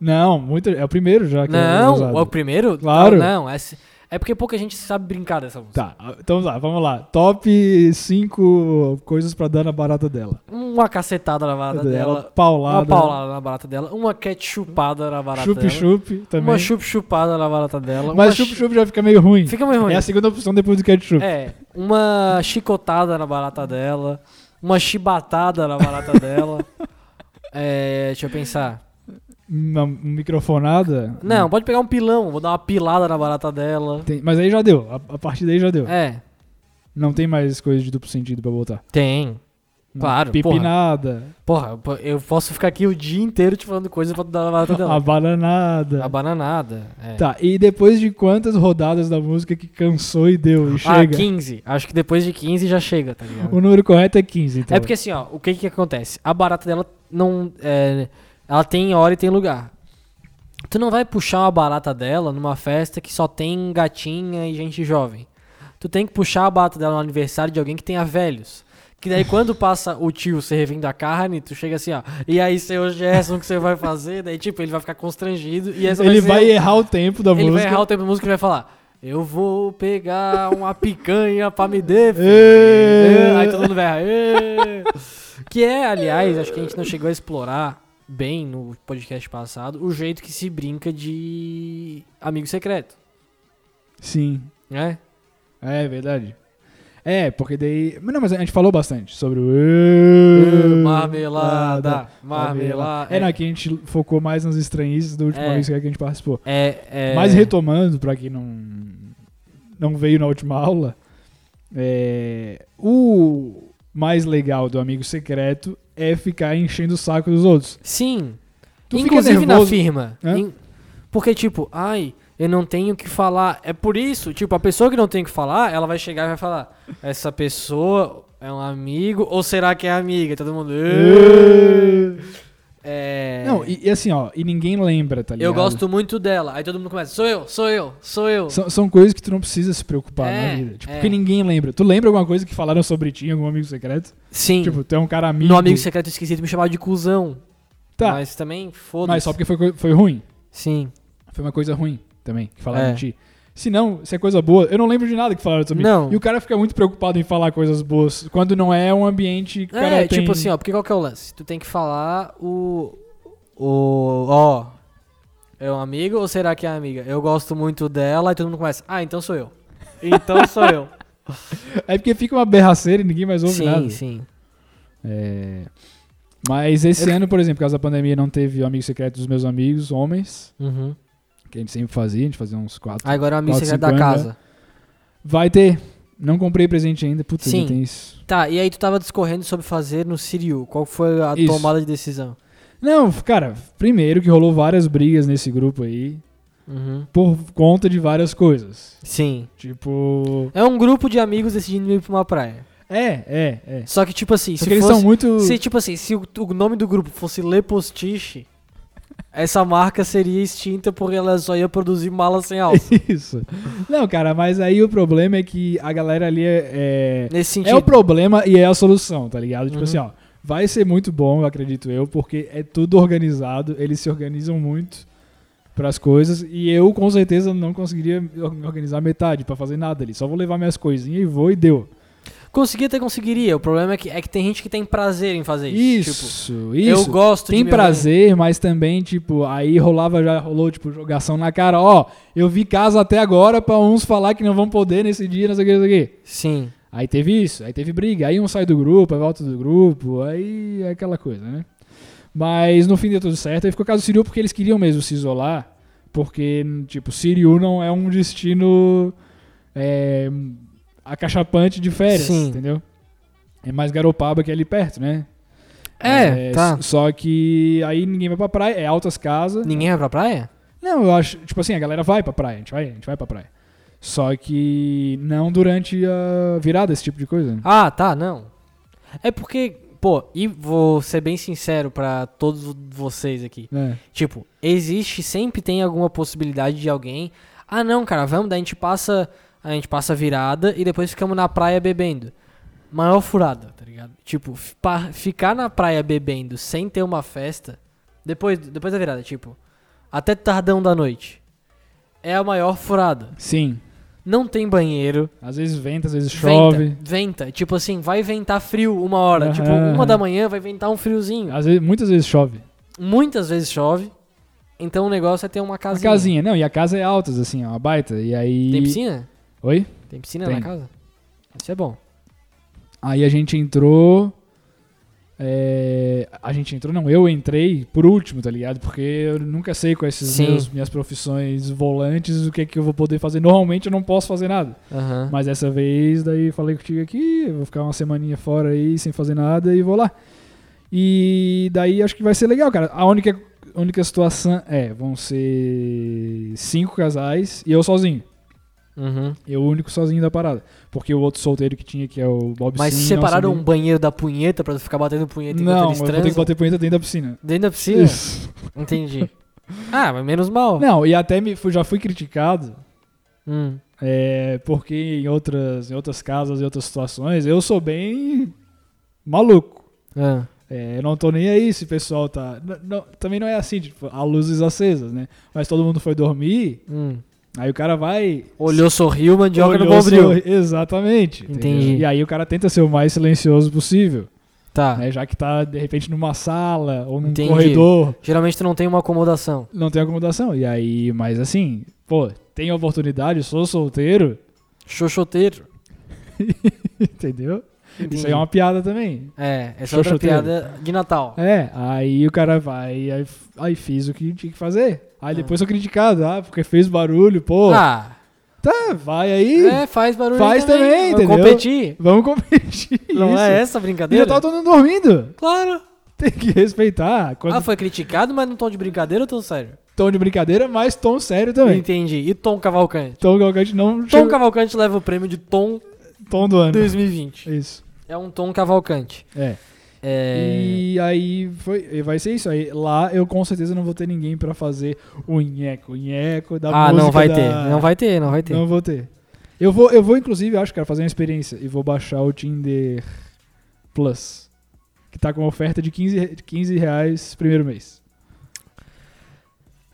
Speaker 2: Não, muito, é o primeiro já que é
Speaker 1: não,
Speaker 2: usado.
Speaker 1: é o primeiro?
Speaker 2: Claro.
Speaker 1: Não, é, se- é porque pouca gente sabe brincar dessa música.
Speaker 2: Tá, então tá, vamos lá. Top 5 coisas pra dar na barata dela.
Speaker 1: Uma cacetada na barata dela,
Speaker 2: paulada,
Speaker 1: uma paulada na barata dela, uma ketchupada na barata dela,
Speaker 2: chup-chup também.
Speaker 1: uma chup-chupada na barata dela, uma
Speaker 2: Mas chup-chup já fica meio ruim.
Speaker 1: Fica meio ruim.
Speaker 2: É a segunda opção depois do ketchup.
Speaker 1: É, uma chicotada na barata dela, uma chibatada na barata dela.
Speaker 2: <laughs>
Speaker 1: É, deixa eu pensar.
Speaker 2: Uma microfonada.
Speaker 1: Não, pode pegar um pilão, vou dar uma pilada na barata dela.
Speaker 2: Tem- mas aí já deu. A, a partir daí já deu.
Speaker 1: É,
Speaker 2: Não tem mais coisa de duplo sentido pra botar.
Speaker 1: tem. Claro,
Speaker 2: Pipinada,
Speaker 1: Porra, pô, eu posso ficar aqui o dia inteiro te falando coisa pra tu dar na barata
Speaker 2: a
Speaker 1: dela.
Speaker 2: bananada.
Speaker 1: Então, A bananada. É.
Speaker 2: Tá, e depois de quantas rodadas da música que cansou e deu e
Speaker 1: Ah,
Speaker 2: chega?
Speaker 1: 15. Acho que depois de 15 já chega, tá ligado?
Speaker 2: O número correto é 15, então.
Speaker 1: É porque assim, ó, o que que acontece? A barata dela não. é, ela tem hora e tem lugar. Tu não vai puxar uma barata dela numa festa que só tem gatinha e gente jovem. Tu tem que puxar a barata dela no aniversário de alguém que tenha velhos. Que daí
Speaker 2: <laughs>
Speaker 1: quando passa o tio servindo a carne, tu chega assim, ó. E aí, seu Gerson, o que você vai fazer? Daí, tipo, ele vai ficar constrangido. E essa
Speaker 2: Ele
Speaker 1: ser-
Speaker 2: vai errar o tempo da
Speaker 1: Ele vai
Speaker 2: música.
Speaker 1: errar o tempo da música e vai falar. Eu vou pegar uma picanha pra me defender.
Speaker 2: Ê!
Speaker 1: Aí todo mundo vai. "Ê!" Que é, aliás, acho que a gente não chegou a explorar bem no podcast passado o jeito que se brinca de amigo secreto,
Speaker 2: Sim.
Speaker 1: né?
Speaker 2: É verdade. É, porque daí. Mas não, mas a gente falou bastante sobre o.
Speaker 1: Marmelada, marmelada.
Speaker 2: É, não, aqui a gente focou mais nas estranhices da última
Speaker 1: É.
Speaker 2: vez que a gente participou.
Speaker 1: É, é-
Speaker 2: Mas retomando, pra quem não, não veio na última aula, É, o mais legal do amigo secreto é ficar enchendo o saco dos outros.
Speaker 1: Sim.
Speaker 2: Tu fica
Speaker 1: Inclusive na
Speaker 2: nervoso- É?
Speaker 1: firma.
Speaker 2: Hã?
Speaker 1: In- Porque, tipo, ai, eu não tenho o que falar. É por isso, tipo, a pessoa que não tem o que falar, ela vai chegar e vai falar: essa pessoa é um amigo ou será que é amiga? E Todo mundo. "Ê". É.
Speaker 2: Não, e, e assim, ó, e ninguém lembra, tá ligado?
Speaker 1: eu gosto muito dela. Aí todo mundo começa: sou eu, sou eu, sou eu.
Speaker 2: São, são coisas que tu não precisa se preocupar
Speaker 1: É,
Speaker 2: na vida. Tipo,
Speaker 1: é.
Speaker 2: porque ninguém lembra. Tu lembra alguma coisa que falaram sobre ti, em algum amigo secreto?
Speaker 1: Sim.
Speaker 2: Tipo, tu é um cara amigo.
Speaker 1: no amigo secreto esquisito me chamava de cuzão.
Speaker 2: Tá, mas,
Speaker 1: Mas também, foda-se.
Speaker 2: só porque foi, coi- foi ruim.
Speaker 1: Sim.
Speaker 2: Foi uma coisa ruim também que falaram
Speaker 1: É.
Speaker 2: de ti. Se não, se é coisa boa, eu não lembro de nada que falaram sobre mim.
Speaker 1: Não.
Speaker 2: E o cara fica muito preocupado em falar coisas boas quando não é um ambiente que o cara
Speaker 1: É,
Speaker 2: tem...
Speaker 1: tipo assim, ó, porque qual que é o lance? Tu tem que falar o. O. Ó. É um amigo ou será que é amiga? Eu gosto muito dela e todo mundo começa. Ah, então sou eu. Então sou
Speaker 2: <laughs>
Speaker 1: eu.
Speaker 2: É porque fica uma berraceira e ninguém mais ouve
Speaker 1: sim,
Speaker 2: nada.
Speaker 1: sim.
Speaker 2: É, Mas esse
Speaker 1: Eu-
Speaker 2: ano, por exemplo, por causa da pandemia, não teve o amigo secreto dos meus amigos, homens,
Speaker 1: Uhum.
Speaker 2: que a gente sempre fazia, a gente fazia uns quatro. né?
Speaker 1: Aí agora é o amigo
Speaker 2: Nota
Speaker 1: secreto da
Speaker 2: 50.
Speaker 1: casa.
Speaker 2: Vai ter. Não comprei presente ainda. Puta,
Speaker 1: Sim.
Speaker 2: ainda tem isso.
Speaker 1: Tá, e aí tu tava discorrendo sobre fazer no Siriu. Qual foi a
Speaker 2: Isso.
Speaker 1: tomada de decisão?
Speaker 2: Não, cara, primeiro que rolou várias brigas nesse grupo aí
Speaker 1: Uhum.
Speaker 2: por conta de várias coisas.
Speaker 1: Sim.
Speaker 2: Tipo.
Speaker 1: É um grupo de amigos decidindo ir pra uma praia.
Speaker 2: É, é, é.
Speaker 1: Só que, tipo assim,
Speaker 2: Só
Speaker 1: se
Speaker 2: que eles
Speaker 1: fosse-
Speaker 2: são muito.
Speaker 1: Se, tipo assim, se o, o nome do grupo fosse Le Postiche, essa marca seria extinta porque ela só ia produzir mala sem
Speaker 2: <laughs>
Speaker 1: alça.
Speaker 2: <laughs> Isso. Não, cara, mas aí o problema é que a galera ali é. é-
Speaker 1: Nesse sentido.
Speaker 2: É o problema e é a solução, tá ligado? Tipo
Speaker 1: Uhum.
Speaker 2: assim, ó. Vai ser muito bom, eu acredito eu, porque é tudo organizado, eles se organizam muito pras coisas e eu com certeza não conseguiria me organizar metade pra fazer nada ali. Só vou levar minhas coisinhas e vou e deu.
Speaker 1: Conseguir até conseguiria. O problema é que, é que tem gente que tem prazer em fazer isso. Tipo,
Speaker 2: Isso,
Speaker 1: eu
Speaker 2: isso.
Speaker 1: gosto de
Speaker 2: Tem
Speaker 1: me
Speaker 2: prazer, mas também, tipo, aí rolava, já rolou, tipo, jogação na cara. Ó, eu vi casa até agora pra uns falar que não vão poder nesse dia, não sei o que, não sei o que.
Speaker 1: organizar. Sim.
Speaker 2: Aí teve isso, aí teve briga, aí um sai do grupo, aí volta do grupo, aí é aquela coisa, né? Mas no fim deu tudo certo, aí ficou caso Siriu porque eles queriam mesmo se isolar, porque, tipo, Siriu não é um destino é, acachapante de férias,
Speaker 1: Sim.
Speaker 2: entendeu? É mais Garopaba que é ali perto, né?
Speaker 1: É, tá.
Speaker 2: s- Só que aí ninguém vai pra praia, é altas casas.
Speaker 1: Ninguém vai pra praia?
Speaker 2: Não, eu acho, tipo assim, a galera vai pra praia, a gente vai, a gente vai pra praia. Só que não durante a virada, esse tipo de coisa. né?
Speaker 1: Ah, tá, não. É porque, pô, e vou ser bem sincero pra todos vocês aqui.
Speaker 2: É.
Speaker 1: Tipo, existe, sempre tem alguma possibilidade de alguém. Ah, não, cara, vamos, daí a gente passa, a gente passa a virada e depois ficamos na praia bebendo. Maior furada, tá ligado? Tipo, fi- pa- ficar na praia bebendo sem ter uma festa, depois, depois da virada, tipo, até tardão da noite, é a maior furada.
Speaker 2: Sim.
Speaker 1: Não tem banheiro,
Speaker 2: Às vezes venta, às vezes chove.
Speaker 1: venta, venta. Tipo assim, vai ventar frio uma hora. Tipo,
Speaker 2: Aham,
Speaker 1: uma
Speaker 2: aham.
Speaker 1: da manhã vai ventar um friozinho.
Speaker 2: Às vezes, muitas vezes chove.
Speaker 1: Muitas vezes chove, então o negócio é ter uma
Speaker 2: A
Speaker 1: casinha.
Speaker 2: casinha, não, e a casa é alta, assim, é uma baita. E aí.
Speaker 1: Tem piscina?
Speaker 2: Oi?
Speaker 1: Tem piscina
Speaker 2: Tem.
Speaker 1: na casa? Isso é bom.
Speaker 2: Aí a gente entrou. é, A gente entrou, não, eu entrei por último, tá ligado? Porque eu nunca sei com essas
Speaker 1: Sim.
Speaker 2: meus- minhas profissões volantes o que é que eu vou poder fazer. Normalmente eu não posso fazer nada.
Speaker 1: Aham.
Speaker 2: Mas dessa vez, daí falei contigo aqui, eu vou ficar uma semaninha fora aí sem fazer nada e vou lá. E daí acho que vai ser legal, cara. A única, única situação é, vão ser cinco casais e eu sozinho.
Speaker 1: Uhum.
Speaker 2: Eu o único sozinho da parada. Porque o outro solteiro que tinha, que é o Bob
Speaker 1: Mas
Speaker 2: Sim, não
Speaker 1: separaram um
Speaker 2: sabia.
Speaker 1: banheiro da punheta pra ficar batendo punheta enquanto
Speaker 2: Não,
Speaker 1: eles
Speaker 2: eu vou ter que
Speaker 1: transam?
Speaker 2: bater punheta dentro da piscina.
Speaker 1: Dentro da piscina?
Speaker 2: Isso.
Speaker 1: Entendi. <laughs> Ah, mas menos mal.
Speaker 2: Não, e até me, fui- já fui criticado
Speaker 1: Hum.
Speaker 2: É, porque em outras, em outras casas, em outras situações, eu sou bem maluco.
Speaker 1: Ah.
Speaker 2: É, eu não tô nem aí se o pessoal tá. n- não- também não é assim, tipo, há luzes acesas, né? Mas todo mundo foi dormir,
Speaker 1: Hum.
Speaker 2: aí o cara vai.
Speaker 1: Olhou, sorriu, mandioca no
Speaker 2: olhou,
Speaker 1: bombril.
Speaker 2: sorri- Exatamente.
Speaker 1: Entendi.
Speaker 2: entendeu? E aí o cara tenta ser o mais silencioso possível,
Speaker 1: Tá.
Speaker 2: né? Já que tá, de repente, numa sala ou num
Speaker 1: Entendi.
Speaker 2: corredor,
Speaker 1: Geralmente tu não tem uma acomodação.
Speaker 2: não tem acomodação. E aí, mas assim, pô, tem oportunidade, sou solteiro, <laughs>
Speaker 1: Xoxoteiro.
Speaker 2: entendeu? Isso aí é uma piada também.
Speaker 1: É, essa é outra
Speaker 2: Xoxoteiro.
Speaker 1: piada de Natal.
Speaker 2: É, aí o cara vai, aí, f- aí fiz o que tinha que fazer. Aí
Speaker 1: Ah.
Speaker 2: depois sou criticado, ah, porque fez barulho, pô.
Speaker 1: Ah,
Speaker 2: Tá, vai aí.
Speaker 1: É, faz barulho
Speaker 2: Faz também,
Speaker 1: Vamos
Speaker 2: entendeu?
Speaker 1: competir.
Speaker 2: Vamos competir.
Speaker 1: Não
Speaker 2: isso.
Speaker 1: é essa a
Speaker 2: E
Speaker 1: brincadeira?
Speaker 2: já tava todo mundo dormindo.
Speaker 1: Claro.
Speaker 2: Tem que respeitar. Quando
Speaker 1: Ah, foi criticado, mas no tom de brincadeira ou tom sério?
Speaker 2: tom de brincadeira, mas tom sério também.
Speaker 1: Entendi. E Tom Cavalcante?
Speaker 2: Tom Galgante não
Speaker 1: Tom
Speaker 2: chegou-
Speaker 1: Cavalcante leva o prêmio de Tom
Speaker 2: tom do ano.
Speaker 1: 2020.
Speaker 2: Isso.
Speaker 1: É um Tom Cavalcante.
Speaker 2: É.
Speaker 1: É...
Speaker 2: E aí foi, e vai ser isso aí. Lá eu com certeza não vou ter ninguém pra fazer o nheco, nheco da
Speaker 1: Ah,
Speaker 2: música
Speaker 1: não vai
Speaker 2: da-
Speaker 1: ter. Não vai ter, não vai ter.
Speaker 2: Não vou ter. Eu vou, eu vou inclusive, acho, cara, fazer uma experiência e vou baixar o Tinder Plus, que tá com uma oferta de 15, re- 15 reais primeiro mês.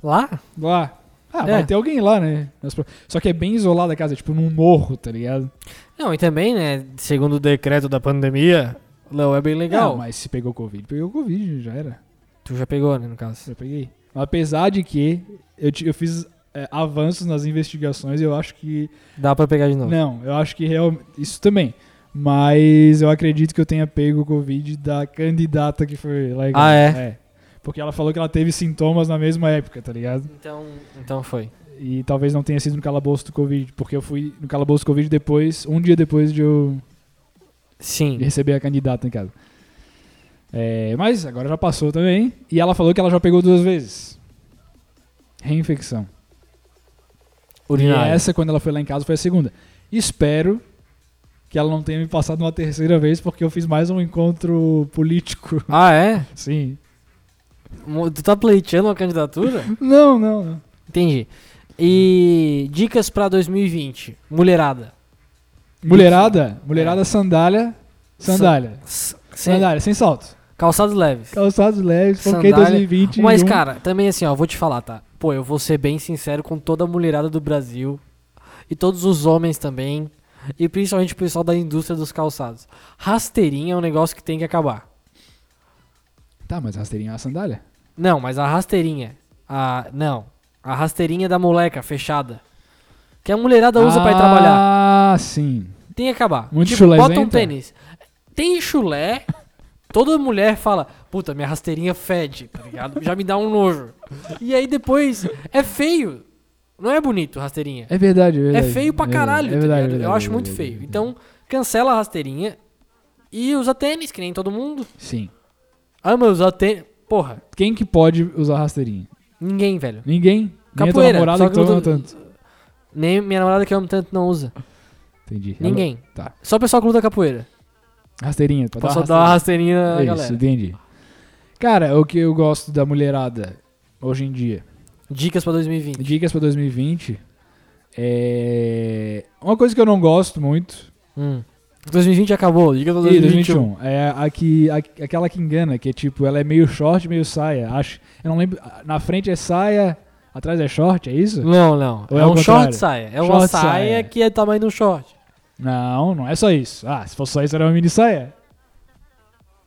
Speaker 1: Lá?
Speaker 2: Lá. Ah,
Speaker 1: É.
Speaker 2: vai ter alguém lá, né? Nas pro- Só que é bem isolado a casa, é tipo num morro, tá ligado?
Speaker 1: Não, e também, né, segundo o decreto da pandemia, Léo é bem legal.
Speaker 2: Ah, mas se pegou Covid, pegou Covid, já era.
Speaker 1: Tu já pegou, né, no caso.
Speaker 2: Eu peguei. Apesar de que eu, ti- eu fiz é, avanços nas investigações e eu acho que
Speaker 1: Dá pra pegar de novo.
Speaker 2: Não, eu acho que realmente. Isso também. Mas eu acredito que eu tenha pego o Covid da candidata que foi lá em
Speaker 1: Ah, é?
Speaker 2: Porque ela falou que ela teve sintomas na mesma época, tá ligado?
Speaker 1: Então, então foi.
Speaker 2: E talvez não tenha sido no calabouço do Covid, porque eu fui no calabouço do Covid depois, um dia depois de eu
Speaker 1: Sim.
Speaker 2: de receber a candidata em casa. É, mas agora já passou também. E ela falou que ela já pegou duas vezes. Reinfecção. E
Speaker 1: Urinário.
Speaker 2: essa, quando ela foi lá em casa, foi a segunda. Espero que ela não tenha me passado uma terceira vez, porque eu fiz mais um encontro
Speaker 1: <laughs>
Speaker 2: político.
Speaker 1: Ah, é?
Speaker 2: Sim.
Speaker 1: Mo- Tu tá pleiteando uma
Speaker 2: <laughs>
Speaker 1: candidatura?
Speaker 2: Não, não, não.
Speaker 1: Entendi. E dicas pra 2020. Mulherada. É.
Speaker 2: Mulherada, mulherada sandália, sandália.
Speaker 1: S- sem-
Speaker 2: Sandália, sem salto.
Speaker 1: Calçados leves.
Speaker 2: Calçados leves, porque
Speaker 1: Sandália.
Speaker 2: 2020.
Speaker 1: Mas, cara, também assim, ó, vou te falar, tá? Pô, eu vou ser bem sincero com toda a mulherada do Brasil. E todos os homens também. E principalmente o pessoal da indústria dos calçados. Rasteirinha é um negócio que tem que acabar.
Speaker 2: Tá, mas rasteirinha é uma sandália?
Speaker 1: Não, mas a rasteirinha. A. Não. A rasteirinha da moleca, fechada. Que a mulherada um usa pra ir trabalhar.
Speaker 2: Ah, sim.
Speaker 1: Tem que acabar.
Speaker 2: Muito
Speaker 1: tipo, bota um
Speaker 2: chulezenta?
Speaker 1: tênis. Tem chulé. Toda mulher fala, puta, minha rasteirinha fede, tá ligado? Já me dá um nojo. E aí depois, é feio. Não é bonito rasteirinha.
Speaker 2: É verdade, é
Speaker 1: É,
Speaker 2: verdade.
Speaker 1: feio pra
Speaker 2: É verdade,
Speaker 1: caralho,
Speaker 2: é
Speaker 1: tá
Speaker 2: verdade,
Speaker 1: ligado?
Speaker 2: é
Speaker 1: Eu
Speaker 2: verdade,
Speaker 1: acho
Speaker 2: é
Speaker 1: muito
Speaker 2: verdade,
Speaker 1: feio.
Speaker 2: é verdade.
Speaker 1: Então, cancela a rasteirinha e usa tênis, que nem todo mundo.
Speaker 2: Sim.
Speaker 1: Ah, mas usar tênis. Porra,
Speaker 2: Quem que pode usar rasteirinha?
Speaker 1: ninguém, velho.
Speaker 2: Ninguém. é Nem a tua
Speaker 1: Capoeira,
Speaker 2: namorada
Speaker 1: só
Speaker 2: que
Speaker 1: que eu
Speaker 2: toma
Speaker 1: tô-
Speaker 2: tanto.
Speaker 1: Nem minha namorada que eu amo tanto não usa.
Speaker 2: Entendi.
Speaker 1: Ninguém.
Speaker 2: Tá.
Speaker 1: Só o pessoal que luta capoeira.
Speaker 2: Rasteirinha, pra
Speaker 1: Pra só
Speaker 2: dar
Speaker 1: dar
Speaker 2: uma
Speaker 1: uma
Speaker 2: rasteirinha. É
Speaker 1: rasteirinha na
Speaker 2: Isso,
Speaker 1: galera.
Speaker 2: entendi. Cara, o que eu gosto da mulherada hoje em dia.
Speaker 1: Dicas pra 2020.
Speaker 2: Dicas pra 2020. É. Uma coisa que eu não gosto muito.
Speaker 1: Hum. 2020 acabou, diga pra
Speaker 2: E
Speaker 1: 2021.
Speaker 2: 2021. É a que, a, aquela que engana, que é tipo, ela é meio short, meio saia. Acho. Eu não lembro. Na frente é saia, atrás é short, é isso?
Speaker 1: Não, não.
Speaker 2: Ou
Speaker 1: É,
Speaker 2: é o
Speaker 1: um short
Speaker 2: contrário?
Speaker 1: saia. É uma
Speaker 2: Short
Speaker 1: saia,
Speaker 2: saia.
Speaker 1: que é tamanho de um short.
Speaker 2: Não, não é só isso. Ah, se fosse só isso, era uma mini saia.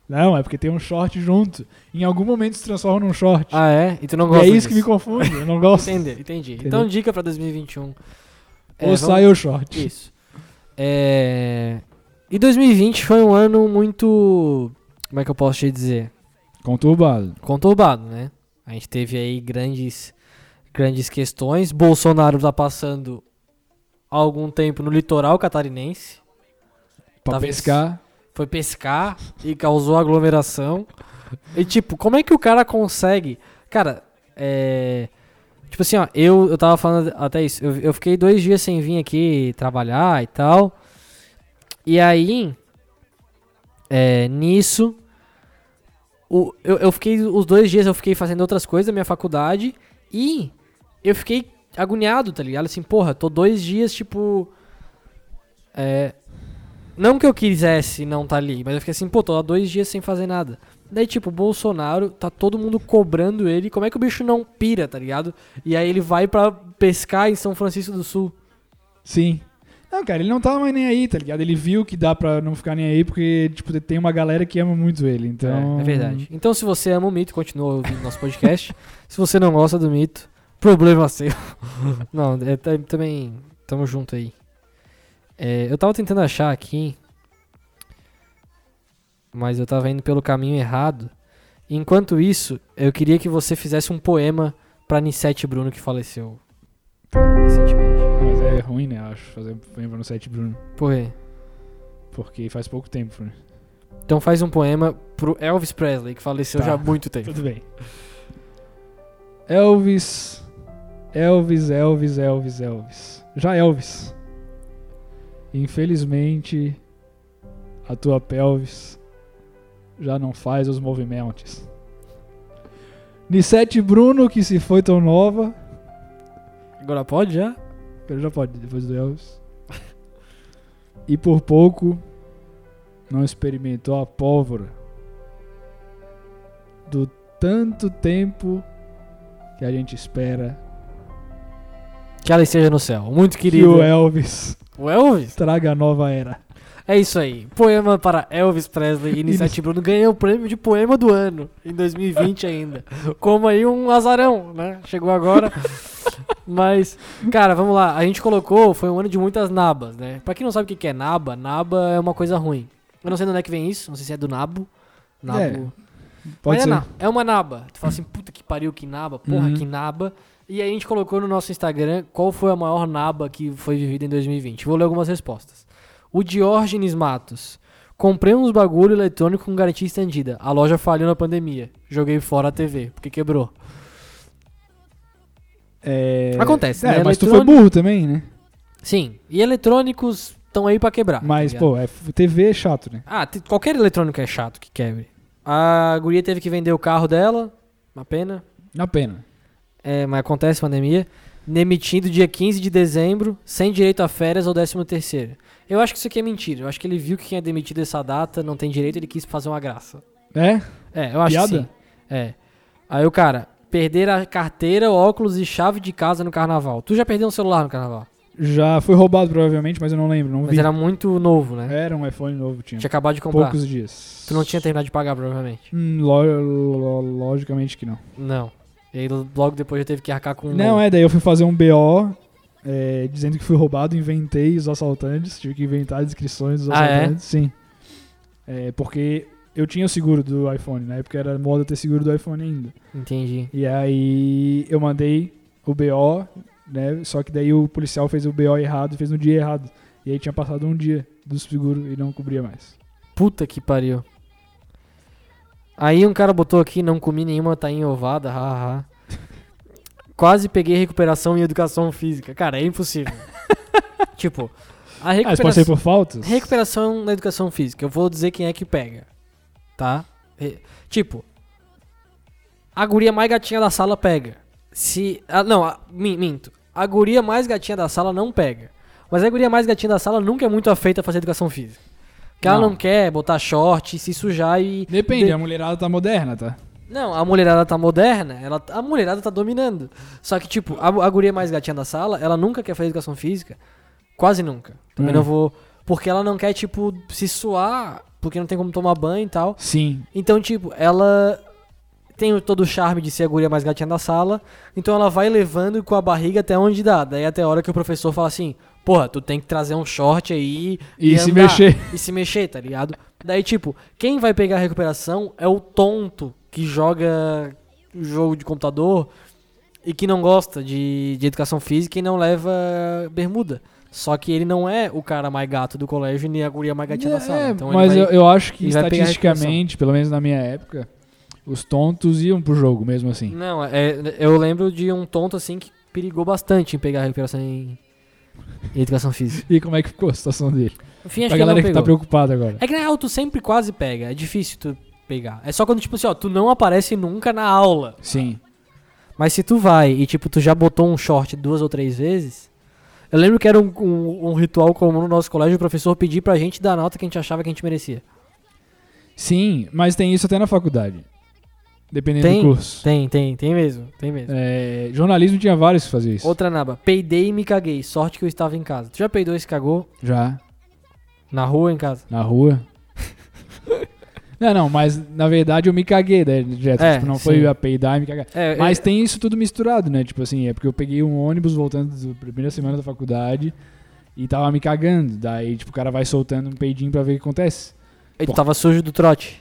Speaker 2: Não, é porque tem um short junto. Em algum momento se transforma num short.
Speaker 1: Ah, é? E tu não
Speaker 2: E
Speaker 1: gosta
Speaker 2: é isso
Speaker 1: disso.
Speaker 2: que me confunde.
Speaker 1: <laughs>
Speaker 2: Eu não gosto.
Speaker 1: Entender, entendi. Então, dica pra 2021. É,
Speaker 2: ou
Speaker 1: vamos-
Speaker 2: saia ou short.
Speaker 1: Isso. É... E 2020 foi um ano muito... Como é que eu posso te dizer?
Speaker 2: Conturbado.
Speaker 1: Conturbado, né? A gente teve aí grandes, grandes questões. Bolsonaro tá passando há algum tempo no litoral catarinense.
Speaker 2: Pra
Speaker 1: Talvez.
Speaker 2: pescar.
Speaker 1: foi pescar e causou aglomeração. E tipo, como é que o cara consegue? Cara, é. Tipo assim, ó, eu, eu tava falando até isso. Eu, eu fiquei dois dias sem vir aqui trabalhar e tal. E aí, é, nisso, o, eu, eu fiquei. Os dois dias eu fiquei fazendo outras coisas da minha faculdade. E eu fiquei agoniado, tá ligado? Assim, porra, tô dois dias, tipo. É, não que eu quisesse não tá ali, mas eu fiquei assim, pô, tô há dois dias sem fazer nada. Daí, tipo, o Bolsonaro, tá todo mundo cobrando ele. Como é que o bicho não pira, tá ligado? E aí ele vai pra pescar em São Francisco do Sul.
Speaker 2: Sim. Não, cara, ele não tava mais nem aí, tá ligado? Ele viu que dá pra não ficar nem aí, porque, tipo, tem uma galera que ama muito ele, então...
Speaker 1: É, é verdade. Então, se você ama o mito, continua ouvindo nosso podcast. se você não gosta do mito, problema seu. não, é, tá- também. Tamo junto aí. É, eu tava tentando achar aqui. Mas eu tava indo pelo caminho errado. Enquanto isso, eu queria que você fizesse um poema pra Nissete Bruno que faleceu recentemente.
Speaker 2: Mas é ruim, né? Acho, fazer poema no 7 Bruno.
Speaker 1: Por quê?
Speaker 2: Porque faz pouco tempo, né?
Speaker 1: Então faz um poema pro Elvis Presley, que faleceu
Speaker 2: Tá.
Speaker 1: já há muito tempo.
Speaker 2: Tudo bem. Elvis. Elvis, Elvis, Elvis, Elvis. Já Elvis. Infelizmente, a tua pelvis já não faz os movimentos. Nissete Bruno, que se foi tão nova.
Speaker 1: Agora pode já?
Speaker 2: Ele já pode, depois do Elvis. E por pouco não experimentou a pólvora do tanto tempo que a gente espera
Speaker 1: Que ela esteja no céu. Muito
Speaker 2: que
Speaker 1: querido.
Speaker 2: o Elvis
Speaker 1: o Elvis?
Speaker 2: traga a nova era.
Speaker 1: É isso aí. Poema para Elvis Presley e Nissete Bruno ganhou o prêmio de poema do ano em 2020 ainda. Como aí um azarão, né? Chegou agora. <laughs> Mas, cara, vamos lá. A gente colocou, foi um ano de muitas nabas, né? Pra quem não sabe o que que é naba, naba é uma coisa ruim. Eu não sei de onde é que vem isso, não sei se é do nabo. Nabo.
Speaker 2: É,
Speaker 1: Mas
Speaker 2: Pode
Speaker 1: é,
Speaker 2: ser.
Speaker 1: na- é uma naba. Tu fala assim, puta que pariu, que naba, porra,
Speaker 2: Uhum.
Speaker 1: que naba. E aí a gente colocou no nosso Instagram qual foi a maior naba que foi vivida em 2020. Vou ler algumas respostas. O Diógenes Matos. Comprei uns bagulho eletrônico com garantia estendida. A loja falhou na pandemia. Joguei fora a TV, porque quebrou.
Speaker 2: É,
Speaker 1: Acontece,
Speaker 2: é,
Speaker 1: né?
Speaker 2: Mas tu foi
Speaker 1: Eletrônico-
Speaker 2: burro também, né?
Speaker 1: Sim, e eletrônicos estão aí pra quebrar. tá
Speaker 2: mas,
Speaker 1: ligado?
Speaker 2: pô, é, f- TV é chato, né?
Speaker 1: Ah, te- qualquer eletrônico é chato que quebre. A guria teve que vender o carro dela. Uma pena.
Speaker 2: Na pena.
Speaker 1: É, mas acontece pandemia. Demitido dia 15 de dezembro, sem direito a férias ou 13 terceiro. Eu acho que isso aqui é mentira. Eu acho que ele viu que quem é demitido essa data não tem direito, ele quis fazer uma graça.
Speaker 2: É?
Speaker 1: É, eu acho que
Speaker 2: Piada?
Speaker 1: sim. É. Aí o cara, perder a carteira, óculos e chave de casa no carnaval. Tu já perdeu um celular no carnaval?
Speaker 2: Já foi roubado, provavelmente, mas eu não lembro. Não
Speaker 1: Mas
Speaker 2: vi.
Speaker 1: era muito novo, né?
Speaker 2: Era um iPhone novo, tinha
Speaker 1: Tinha acabado de comprar.
Speaker 2: poucos dias.
Speaker 1: Tu não tinha terminado de pagar, provavelmente.
Speaker 2: Hum, lo- lo- logicamente que não.
Speaker 1: Não. E aí logo depois já teve que arcar com um
Speaker 2: Não,
Speaker 1: novo.
Speaker 2: é, daí eu fui fazer um BO é, dizendo que fui roubado, inventei os assaltantes, tive que inventar descrições dos
Speaker 1: Ah,
Speaker 2: assaltantes, sim. É, porque eu tinha o seguro do iPhone, na época era moda ter seguro do iPhone ainda.
Speaker 1: Entendi.
Speaker 2: E aí eu mandei o BO, né? Só que daí o policial fez o BO errado, fez no dia errado. E aí tinha passado um dia do seguro e não cobria mais.
Speaker 1: Puta que pariu. Aí um cara botou aqui, não comi nenhuma tá tainha ovada, haha. Quase peguei recuperação em educação física. Cara, é impossível. tipo, a
Speaker 2: Ah, isso pode ser
Speaker 1: recuperação,
Speaker 2: por faltas?
Speaker 1: recuperação na educação física. Eu vou dizer quem é que pega, tá? Re- tipo, a guria mais gatinha da sala pega. Se. ah, não, a- min- minto. A guria mais gatinha da sala não pega. Mas a guria mais gatinha da sala nunca é muito afeita a fazer educação física. Porque ela
Speaker 2: Não.
Speaker 1: não quer botar short, se sujar e.
Speaker 2: Depende,
Speaker 1: de-
Speaker 2: a mulherada tá moderna, tá?
Speaker 1: Não, a mulherada tá moderna, ela, a mulherada tá dominando. Só que, tipo, a, a guria mais gatinha da sala, ela nunca quer fazer educação física. Quase nunca. Também
Speaker 2: Hum.
Speaker 1: não vou. Porque ela não quer, tipo, se suar, porque não tem como tomar banho e tal.
Speaker 2: Sim,
Speaker 1: Então, tipo, ela tem o- todo o charme de ser a guria mais gatinha da sala. Então ela vai levando com a barriga até onde dá. Daí até a hora que o professor fala assim: Porra, tu tem que trazer um short aí.
Speaker 2: E se
Speaker 1: andar."
Speaker 2: mexer.
Speaker 1: E se mexer, tá ligado? Daí, tipo, quem vai pegar a recuperação é o tonto que joga jogo de computador e que não gosta de, de educação física e não leva bermuda. Só que ele não é o cara mais gato do colégio nem a guria mais gatinha da sala.
Speaker 2: É,
Speaker 1: Então
Speaker 2: mas
Speaker 1: ele vai...
Speaker 2: eu, eu acho que
Speaker 1: ele vai pegar a
Speaker 2: estatisticamente, pelo menos na minha época, os tontos iam pro jogo mesmo assim.
Speaker 1: Não, é- eu lembro de um tonto assim que perigou bastante em pegar a recuperação em, em educação física.
Speaker 2: E como é que ficou a situação dele?
Speaker 1: Enfim, acho
Speaker 2: Pra
Speaker 1: que ele não
Speaker 2: galera que
Speaker 1: pegou.
Speaker 2: tá preocupada agora.
Speaker 1: É que na real tu sempre quase pega, é difícil tu pegar. É só quando tipo assim, ó, tu não aparece nunca na aula.
Speaker 2: Sim.
Speaker 1: Mas se tu vai e tipo tu já botou um short duas ou três vezes, eu lembro que era um, um- um ritual comum no nosso colégio, o professor pedir pra gente dar a nota que a gente achava que a gente merecia.
Speaker 2: Sim, mas tem isso até na faculdade. Dependendo
Speaker 1: Tem,
Speaker 2: do curso.
Speaker 1: Tem, tem, tem mesmo, tem mesmo.
Speaker 2: É, jornalismo tinha vários que faziam isso.
Speaker 1: Outra naba, peidei e me caguei, sorte que eu estava em casa. Tu já peidou e se cagou?
Speaker 2: Já,
Speaker 1: Na rua, em casa?
Speaker 2: na rua.
Speaker 1: <laughs>
Speaker 2: não, não, mas na verdade eu me caguei né, direto.
Speaker 1: É,
Speaker 2: tipo, não
Speaker 1: sim.
Speaker 2: foi a peidar e me cagar.
Speaker 1: É,
Speaker 2: Mas tem isso tudo misturado, né? Tipo assim, é porque eu peguei um ônibus voltando da primeira semana da faculdade e tava me cagando. Daí, tipo, o cara vai soltando um peidinho pra ver o que acontece.
Speaker 1: Aí tu tava sujo do trote,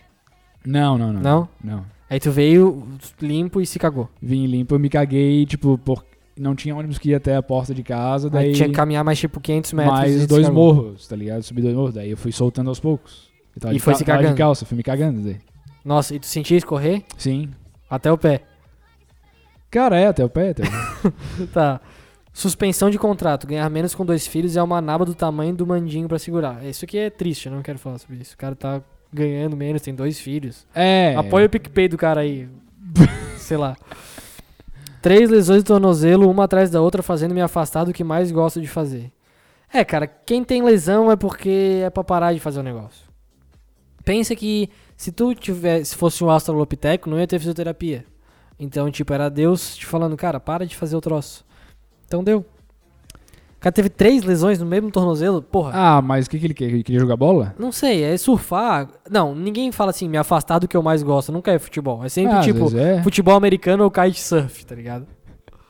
Speaker 2: Não, não, não.
Speaker 1: não?
Speaker 2: Não.
Speaker 1: Aí tu veio limpo e se cagou.
Speaker 2: Vim limpo, eu me caguei, tipo, por... Não tinha ônibus que ia até a porta de casa,
Speaker 1: Aí
Speaker 2: daí
Speaker 1: tinha que caminhar mais tipo 500 metros. e
Speaker 2: mais
Speaker 1: se
Speaker 2: dois
Speaker 1: cagou.
Speaker 2: morros, tá ligado? Subi dois morros, daí eu fui soltando aos poucos. Eu tava
Speaker 1: E
Speaker 2: de
Speaker 1: foi
Speaker 2: ca-
Speaker 1: se
Speaker 2: tava
Speaker 1: cagando.
Speaker 2: de calça, fui me cagando daí.
Speaker 1: Nossa, e tu sentia escorrer?
Speaker 2: Sim.
Speaker 1: Até o
Speaker 2: <laughs>
Speaker 1: pé.
Speaker 2: Cara, é, até o pé, até o
Speaker 1: <laughs>
Speaker 2: pé.
Speaker 1: Tá. Suspensão de contrato. Ganhar menos com dois filhos é uma naba do tamanho do mandinho pra segurar. Isso aqui é triste, eu não quero falar sobre isso. O cara tá ganhando menos, tem dois filhos.
Speaker 2: É.
Speaker 1: Apoia o PicPay do cara aí. <laughs> Sei lá. Três lesões de tornozelo, uma atrás da outra, fazendo me afastar do que mais gosto de fazer. É, cara, quem tem lesão é porque é pra parar de fazer o negócio. Pensa que se tu tivesse, fosse um australopiteco, não ia ter fisioterapia. Então, tipo, era Deus te falando, cara, para de fazer o troço. Então deu. O cara teve três lesões no mesmo tornozelo, porra.
Speaker 2: Ah, mas o que, que ele quer? Ele queria jogar bola?
Speaker 1: Não sei, é surfar. Não, ninguém fala assim, me afastar do que eu mais gosto. Nunca é futebol. É sempre
Speaker 2: ah, às
Speaker 1: tipo,
Speaker 2: vezes é.
Speaker 1: futebol americano ou kitesurf, tá ligado?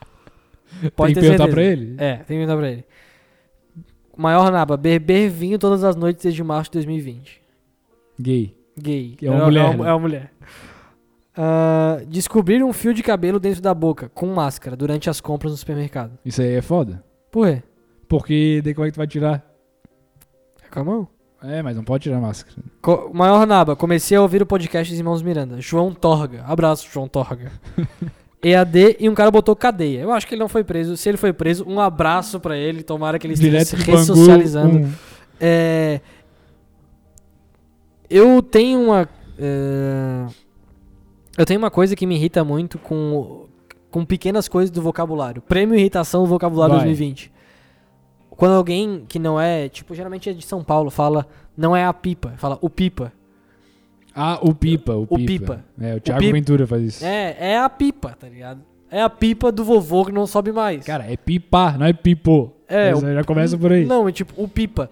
Speaker 2: <laughs> Tem que perguntar pra ele?
Speaker 1: É, tem que perguntar pra ele. Maior naba, beber vinho todas as noites desde março de 2020.
Speaker 2: Gay.
Speaker 1: Gay.
Speaker 2: Que é uma
Speaker 1: Não,
Speaker 2: mulher,
Speaker 1: É uma,
Speaker 2: né?
Speaker 1: é uma mulher. Ah, descobrir um fio de cabelo dentro da boca, com máscara, durante as compras no supermercado.
Speaker 2: Isso aí é foda.
Speaker 1: Por quê?
Speaker 2: Porque daí como é que tu vai tirar?
Speaker 1: É com a mão.
Speaker 2: É, mas não pode tirar a máscara.
Speaker 1: Co- Maior Naba, comecei a ouvir o podcast dos Irmãos Miranda. João Torga. Abraço, João
Speaker 2: <laughs>
Speaker 1: Torga. EAD e um cara botou cadeia. Eu acho que ele não foi preso. Se ele foi preso, um abraço pra ele. Tomara que ele esteja se
Speaker 2: de Bangu,
Speaker 1: ressocializando.
Speaker 2: um-
Speaker 1: É, Eu tenho uma. é, Eu tenho uma coisa que me irrita muito com, com pequenas coisas do vocabulário. Prêmio Irritação do Vocabulário
Speaker 2: Vai.
Speaker 1: 2020. Quando alguém que não é. Tipo, geralmente é de São Paulo, fala. Não é a pipa, fala o pipa.
Speaker 2: Ah, o Pipa, o
Speaker 1: O
Speaker 2: Pipa.
Speaker 1: Pipa.
Speaker 2: É, o Thiago
Speaker 1: Pipa.
Speaker 2: Ventura faz isso.
Speaker 1: É, é a pipa, tá ligado? É a pipa do vovô que não sobe mais.
Speaker 2: Cara, é pipa, não é pipo.
Speaker 1: É,
Speaker 2: Mas já começa por aí.
Speaker 1: Não, é tipo, o pipa.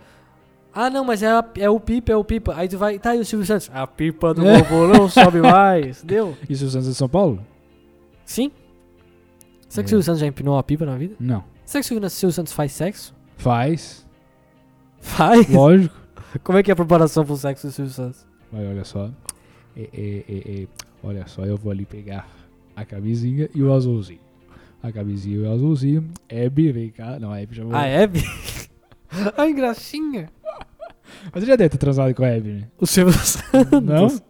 Speaker 1: Ah, não, mas é, a- é o pipa, é o pipa. Aí tu vai, tá, e o Silvio Santos? A pipa do
Speaker 2: É.
Speaker 1: vovô
Speaker 2: <laughs>
Speaker 1: não sobe mais. Deu?
Speaker 2: Isso é Santos de São Paulo?
Speaker 1: Sim. Será que o
Speaker 2: É.
Speaker 1: Silvio Santos já empinou uma pipa na vida?
Speaker 2: Não.
Speaker 1: Será que o Silvio- Silvio Santos faz sexo?
Speaker 2: Faz,
Speaker 1: Faz? <laughs>
Speaker 2: lógico.
Speaker 1: Como é que é a preparação pro sexo do Silvio Santos?
Speaker 2: Mas olha só. É, é, é, é. Olha só, eu vou ali pegar a camisinha e o azulzinho. A camisinha e o azulzinho. Hebe, vem cá. Não, a Hebe já vou.
Speaker 1: A Hebe? <laughs> Ai, gracinha.
Speaker 2: Mas você já deve ter transado com a
Speaker 1: <laughs>
Speaker 2: Hebe, né?
Speaker 1: O Silvio Santos.
Speaker 2: Não?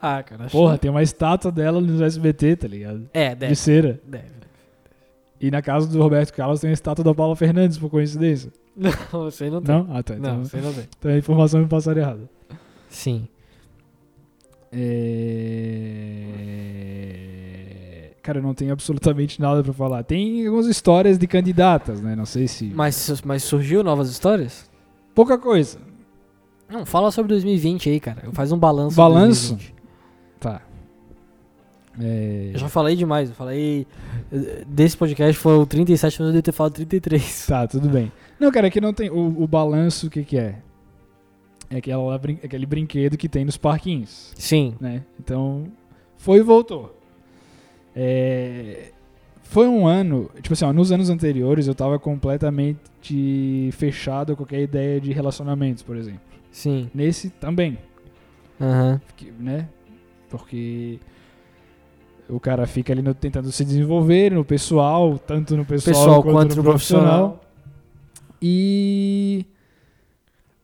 Speaker 1: Ah, cara. acho-
Speaker 2: Porra, tem uma estátua dela no SBT, tá ligado?
Speaker 1: É,
Speaker 2: De
Speaker 1: deve.
Speaker 2: cera.
Speaker 1: Deve.
Speaker 2: E na casa do Roberto Carlos tem a estátua da Paula Fernandes, por coincidência.
Speaker 1: Não, você não tem.
Speaker 2: Não? Ah, tá.
Speaker 1: Não,
Speaker 2: Então,
Speaker 1: você não tem.
Speaker 2: então a informação me passaram errada.
Speaker 1: Sim.
Speaker 2: É... Cara, eu não tenho absolutamente nada pra falar. Tem algumas histórias de candidatas, né? Não sei se.
Speaker 1: Mas, mas surgiu novas histórias?
Speaker 2: Pouca coisa.
Speaker 1: Não, fala sobre 2020 aí, cara. Faz um balanço. do
Speaker 2: Balanço?
Speaker 1: 2020.
Speaker 2: Tá. É...
Speaker 1: Eu já falei demais. Eu falei. eh, Desse podcast foi o 37, mas eu devia ter falado 33.
Speaker 2: Tá, tudo bem. Não, cara, aqui não tem. O, o balanço, o que, que é? É aquela brin- aquele brinquedo que tem nos parquinhos.
Speaker 1: Sim.
Speaker 2: né? Então, foi e voltou. É, foi um ano, tipo assim, ó, nos anos anteriores eu tava completamente fechado a qualquer ideia de relacionamentos, por exemplo.
Speaker 1: Sim.
Speaker 2: Nesse também,
Speaker 1: Aham.
Speaker 2: porque, né? Porque o cara fica ali no- tentando se desenvolver no pessoal, tanto no pessoal,
Speaker 1: Pessoal
Speaker 2: quanto, no profissional. E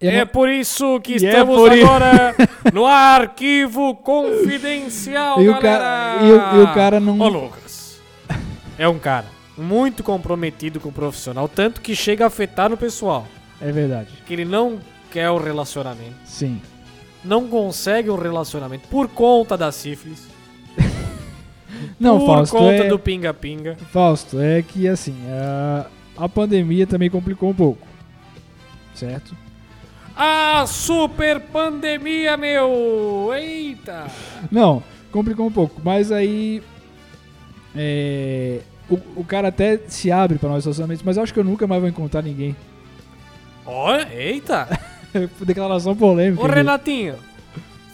Speaker 2: é eu não-
Speaker 1: É por isso que
Speaker 2: E é estamos por i- <laughs>
Speaker 1: agora no arquivo confidencial,
Speaker 2: e o cara, e o- e o cara não
Speaker 1: Ô Lucas, é um cara muito comprometido com o profissional, tanto que chega a afetar no pessoal.
Speaker 2: é verdade.
Speaker 1: Que ele não quer o relacionamento.
Speaker 2: Sim.
Speaker 1: não consegue um relacionamento por conta da sífilis,
Speaker 2: Não,
Speaker 1: por
Speaker 2: Fausto,
Speaker 1: conta
Speaker 2: é-
Speaker 1: do pinga-pinga.
Speaker 2: Fausto, é que assim, a, a pandemia também complicou um pouco. Certo?
Speaker 1: A super pandemia, meu! Eita!
Speaker 2: Não, complicou um pouco. Mas aí. é, o, o cara até se abre pra novos relacionamentos, mas eu acho que eu nunca mais vou encontrar ninguém. <laughs>
Speaker 1: Olha, eita!
Speaker 2: Declaração <laughs> polêmica.
Speaker 1: Ô
Speaker 2: aqui.
Speaker 1: Renatinho,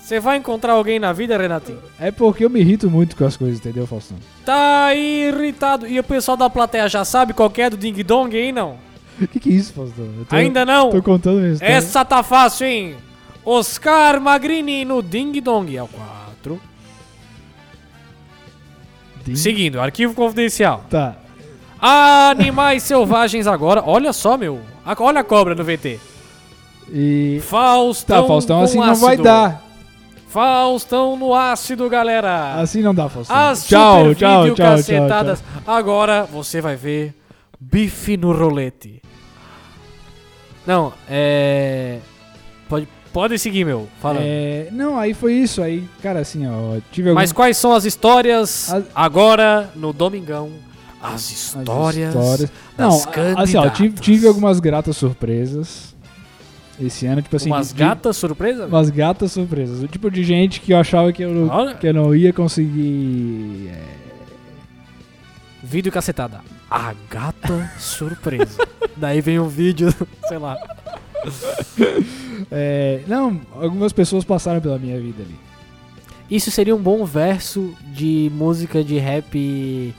Speaker 1: você vai encontrar alguém na vida, Renatinho?
Speaker 2: É porque eu me irrito muito com as coisas, entendeu, Faustão?
Speaker 1: Tá irritado. E o pessoal da plateia já sabe qual que é do Ding Dong, hein, não?
Speaker 2: O que, que é isso, Faustão? Eu tô-
Speaker 1: Ainda não?
Speaker 2: Tô contando isso.
Speaker 1: Essa tá fácil, hein? Oscar Magrini no Ding Dong. É o 4.
Speaker 2: Hum.
Speaker 1: Seguindo, arquivo confidencial.
Speaker 2: Tá. <laughs>
Speaker 3: Animais selvagens agora. Olha só, meu. A- Olha a cobra no VT.
Speaker 2: E.
Speaker 3: Faustão.
Speaker 2: Tá, Faustão,
Speaker 3: Então, com
Speaker 2: assim não
Speaker 3: ácido.
Speaker 2: vai dar.
Speaker 3: Faustão no ácido, galera.
Speaker 2: Assim não dá, Faustão.
Speaker 3: As
Speaker 2: tchau,
Speaker 3: Ah, super
Speaker 2: tchau,
Speaker 3: vídeo
Speaker 2: tchau, tchau, tchau.
Speaker 3: cacetadas. Agora você vai ver bife no rolete. Não, é. Pode, pode seguir, meu. Fala.
Speaker 2: É, não, aí foi isso. Aí, cara, assim, ó. Tive algum...
Speaker 3: Mas quais são as histórias
Speaker 2: As-
Speaker 3: agora no Domingão? As
Speaker 2: as
Speaker 3: histórias.
Speaker 2: Não,
Speaker 3: das
Speaker 2: a- assim, ó. Tive,
Speaker 3: candidatas.
Speaker 2: tive algumas gratas surpresas. Esse ano, tipo assim.
Speaker 3: Umas
Speaker 2: de-
Speaker 3: gatas surpresa? meu?
Speaker 2: Umas gatas surpresas. O tipo de gente que eu achava que eu não,
Speaker 3: Olha.
Speaker 2: que eu não ia conseguir. é,
Speaker 3: Vídeo cacetada. A gata <laughs> surpresa. Daí vem um vídeo, sei lá.
Speaker 2: é, não, algumas pessoas passaram pela minha vida ali.
Speaker 3: <laughs> Isso seria um bom verso de música de rap.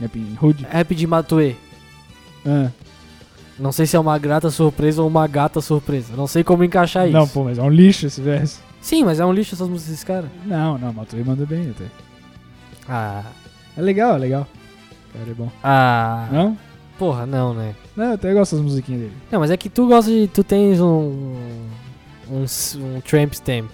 Speaker 2: Rap Hood.
Speaker 3: Rap de Matue. É,
Speaker 2: Ah,
Speaker 3: Não sei se é uma grata surpresa ou uma gata surpresa. Não sei como encaixar isso.
Speaker 2: não, pô, mas é um lixo esse verso.
Speaker 3: Sim, mas é um lixo essas músicas desse cara.
Speaker 2: Não, não, Matuê manda bem até.
Speaker 3: Ah.
Speaker 2: É legal, é legal. Cara, é bom.
Speaker 3: Ah.
Speaker 2: Não?
Speaker 3: Porra, não, né?
Speaker 2: Não, eu até gosto das musiquinhas dele.
Speaker 3: Não, mas é que tu gosta de. Tu tens um. Um, s- um tramp stamp.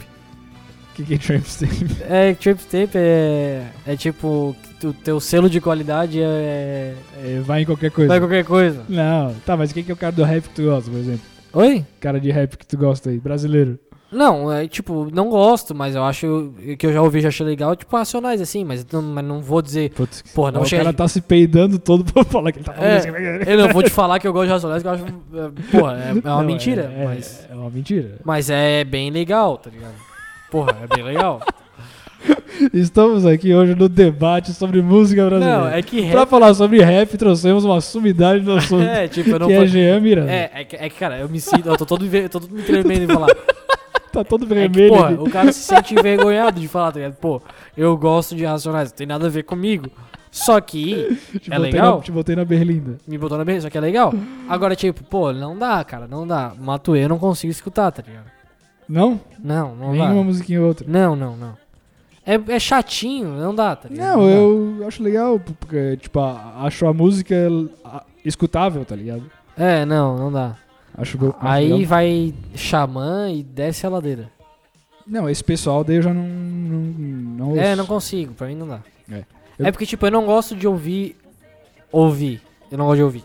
Speaker 2: O que, que é Tramp Stamp?
Speaker 3: É, tramp stamp é. É tipo. O teu selo de qualidade é.
Speaker 2: É, vai em qualquer coisa.
Speaker 3: Vai qualquer coisa.
Speaker 2: Não, tá, mas quem que é o cara do rap que tu gosta, por exemplo?
Speaker 3: Oi?
Speaker 2: Cara de rap que tu gosta aí, brasileiro.
Speaker 3: Não, é tipo, não gosto, mas eu acho que eu já ouvi, já achei legal, tipo, racionais assim, mas não, mas não vou dizer.
Speaker 2: Putz,
Speaker 3: Porra, não
Speaker 2: o
Speaker 3: chega.
Speaker 2: cara tá se peidando todo pra <laughs> falar que ele tá falando
Speaker 3: É,
Speaker 2: isso.
Speaker 3: Eu não vou te falar que eu gosto de racionais, que eu acho. é, Porra, é, é uma
Speaker 2: Não,
Speaker 3: mentira,
Speaker 2: é,
Speaker 3: mas.
Speaker 2: É, é uma mentira.
Speaker 3: Mas é bem legal, tá ligado? Porra, é bem legal.
Speaker 2: Estamos aqui hoje no debate sobre música brasileira.
Speaker 3: não, é que
Speaker 2: Pra
Speaker 3: rap.
Speaker 2: falar sobre rap, trouxemos uma sumidade
Speaker 3: <laughs>
Speaker 2: do assunto,
Speaker 3: É, tipo, eu não
Speaker 2: que
Speaker 3: vou-
Speaker 2: é Jean Miranda.
Speaker 3: É, é que, é que, cara, eu me sinto. Eu tô todo, enver- tô todo me tremendo em falar.
Speaker 2: Tá todo
Speaker 3: É
Speaker 2: vermelho.
Speaker 3: que, porra,
Speaker 2: aqui.
Speaker 3: o cara se sente envergonhado de falar, tá ligado? Pô, eu gosto de racionais, não tem nada a ver comigo. Só que.
Speaker 2: te
Speaker 3: é
Speaker 2: botei
Speaker 3: legal?
Speaker 2: Na, te botei na berlinda.
Speaker 3: me botou na mesa, só que é legal. Agora, tipo, pô, não dá, cara, não dá. Matuê eu não consigo escutar, tá ligado?
Speaker 2: Não?
Speaker 3: Não, não dá.
Speaker 2: Nenhuma musiquinha ou outra.
Speaker 3: Não, não, não. É, é chatinho, não dá, tá ligado?
Speaker 2: Não,
Speaker 3: dá.
Speaker 2: eu acho legal, porque, tipo, a- acho a música a- escutável, tá ligado?
Speaker 3: É, não, não dá.
Speaker 2: Acho bom. acho
Speaker 3: Aí
Speaker 2: legal.
Speaker 3: vai xamã e desce a ladeira.
Speaker 2: Não, esse pessoal daí eu já não. não, não
Speaker 3: É,
Speaker 2: ouço.
Speaker 3: não consigo, pra mim não dá.
Speaker 2: É.
Speaker 3: É porque, tipo, eu não gosto de ouvir. Ouvir. Eu não gosto de ouvir.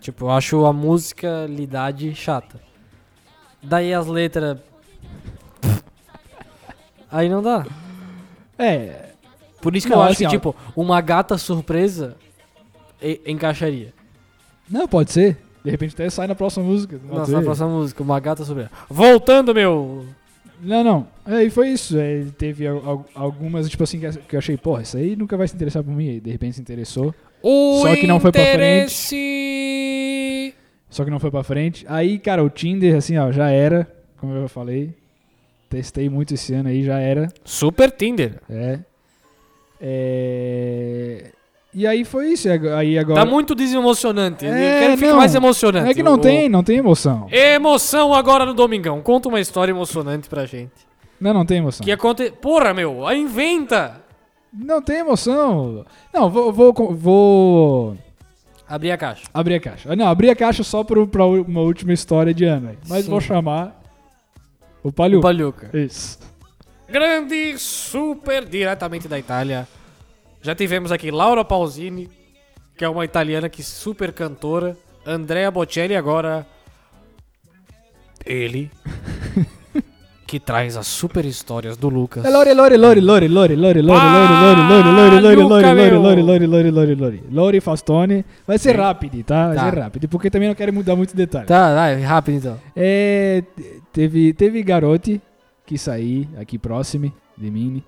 Speaker 3: Tipo, eu acho a musicalidade chata. Daí as letras. Aí não dá.
Speaker 2: É,
Speaker 3: Por isso que
Speaker 2: Não,
Speaker 3: eu acho
Speaker 2: assim,
Speaker 3: que,
Speaker 2: ó.
Speaker 3: tipo, uma gata surpresa e- encaixaria.
Speaker 2: não, pode ser. De repente até sai na próxima música. Não,
Speaker 3: Nossa,
Speaker 2: sei.
Speaker 3: na próxima música, uma gata surpresa. Voltando, meu!
Speaker 2: não. não. É, e foi isso. É, teve al- al- algumas, tipo assim, que que eu achei, porra, isso aí nunca vai se interessar por mim. E de repente se interessou.
Speaker 3: O
Speaker 2: Só que não foi pra frente.
Speaker 3: interesse...
Speaker 2: Só que não foi pra frente. Aí, cara, o Tinder, assim, ó, já era. Como eu já falei. Testei muito esse ano aí, já era.
Speaker 3: Super Tinder.
Speaker 2: É. É, E aí foi isso. e ag- Aí agora.
Speaker 3: Tá muito desemocionante. Eu
Speaker 2: É,
Speaker 3: quero que fique
Speaker 2: não.
Speaker 3: mais emocionante.
Speaker 2: é que não
Speaker 3: O-
Speaker 2: tem, não tem emoção.
Speaker 3: Emoção agora no Domingão. Conta uma história emocionante pra gente.
Speaker 2: Não, não tem emoção.
Speaker 3: Que é aconte... Porra, meu, a inventa!
Speaker 2: Não tem emoção. Não, vou, vou, co- vou
Speaker 3: Abri a caixa.
Speaker 2: abrir a caixa. Ah, Não, abri a caixa só pro, pra u- uma última história de ano. aí. Mas
Speaker 3: Sim.
Speaker 2: vou chamar o
Speaker 3: O
Speaker 2: Palio.
Speaker 3: Palhuca.
Speaker 2: Isso.
Speaker 3: Grande super diretamente da Itália. Já tivemos aqui Laura Pausini, que é uma italiana que super cantora, Andrea Bocelli agora
Speaker 1: <laughs>
Speaker 3: ele que traz as super histórias do Lucas.
Speaker 2: É Lori, Lori, Lori, Lori, Lori, Lori, Lori, Lori, Lori, Lori, Lori, Lori, Lori, Lori, Lori, Lori, Lori, Lori, Lori Fastone. Vai ser rápido, tá? Vai
Speaker 3: Tá.
Speaker 2: ser rápido, porque também não quero mudar muito detalhe.
Speaker 3: Tá, vai, rápido então.
Speaker 2: É, te- teve, teve garote que saí aqui próximo de mim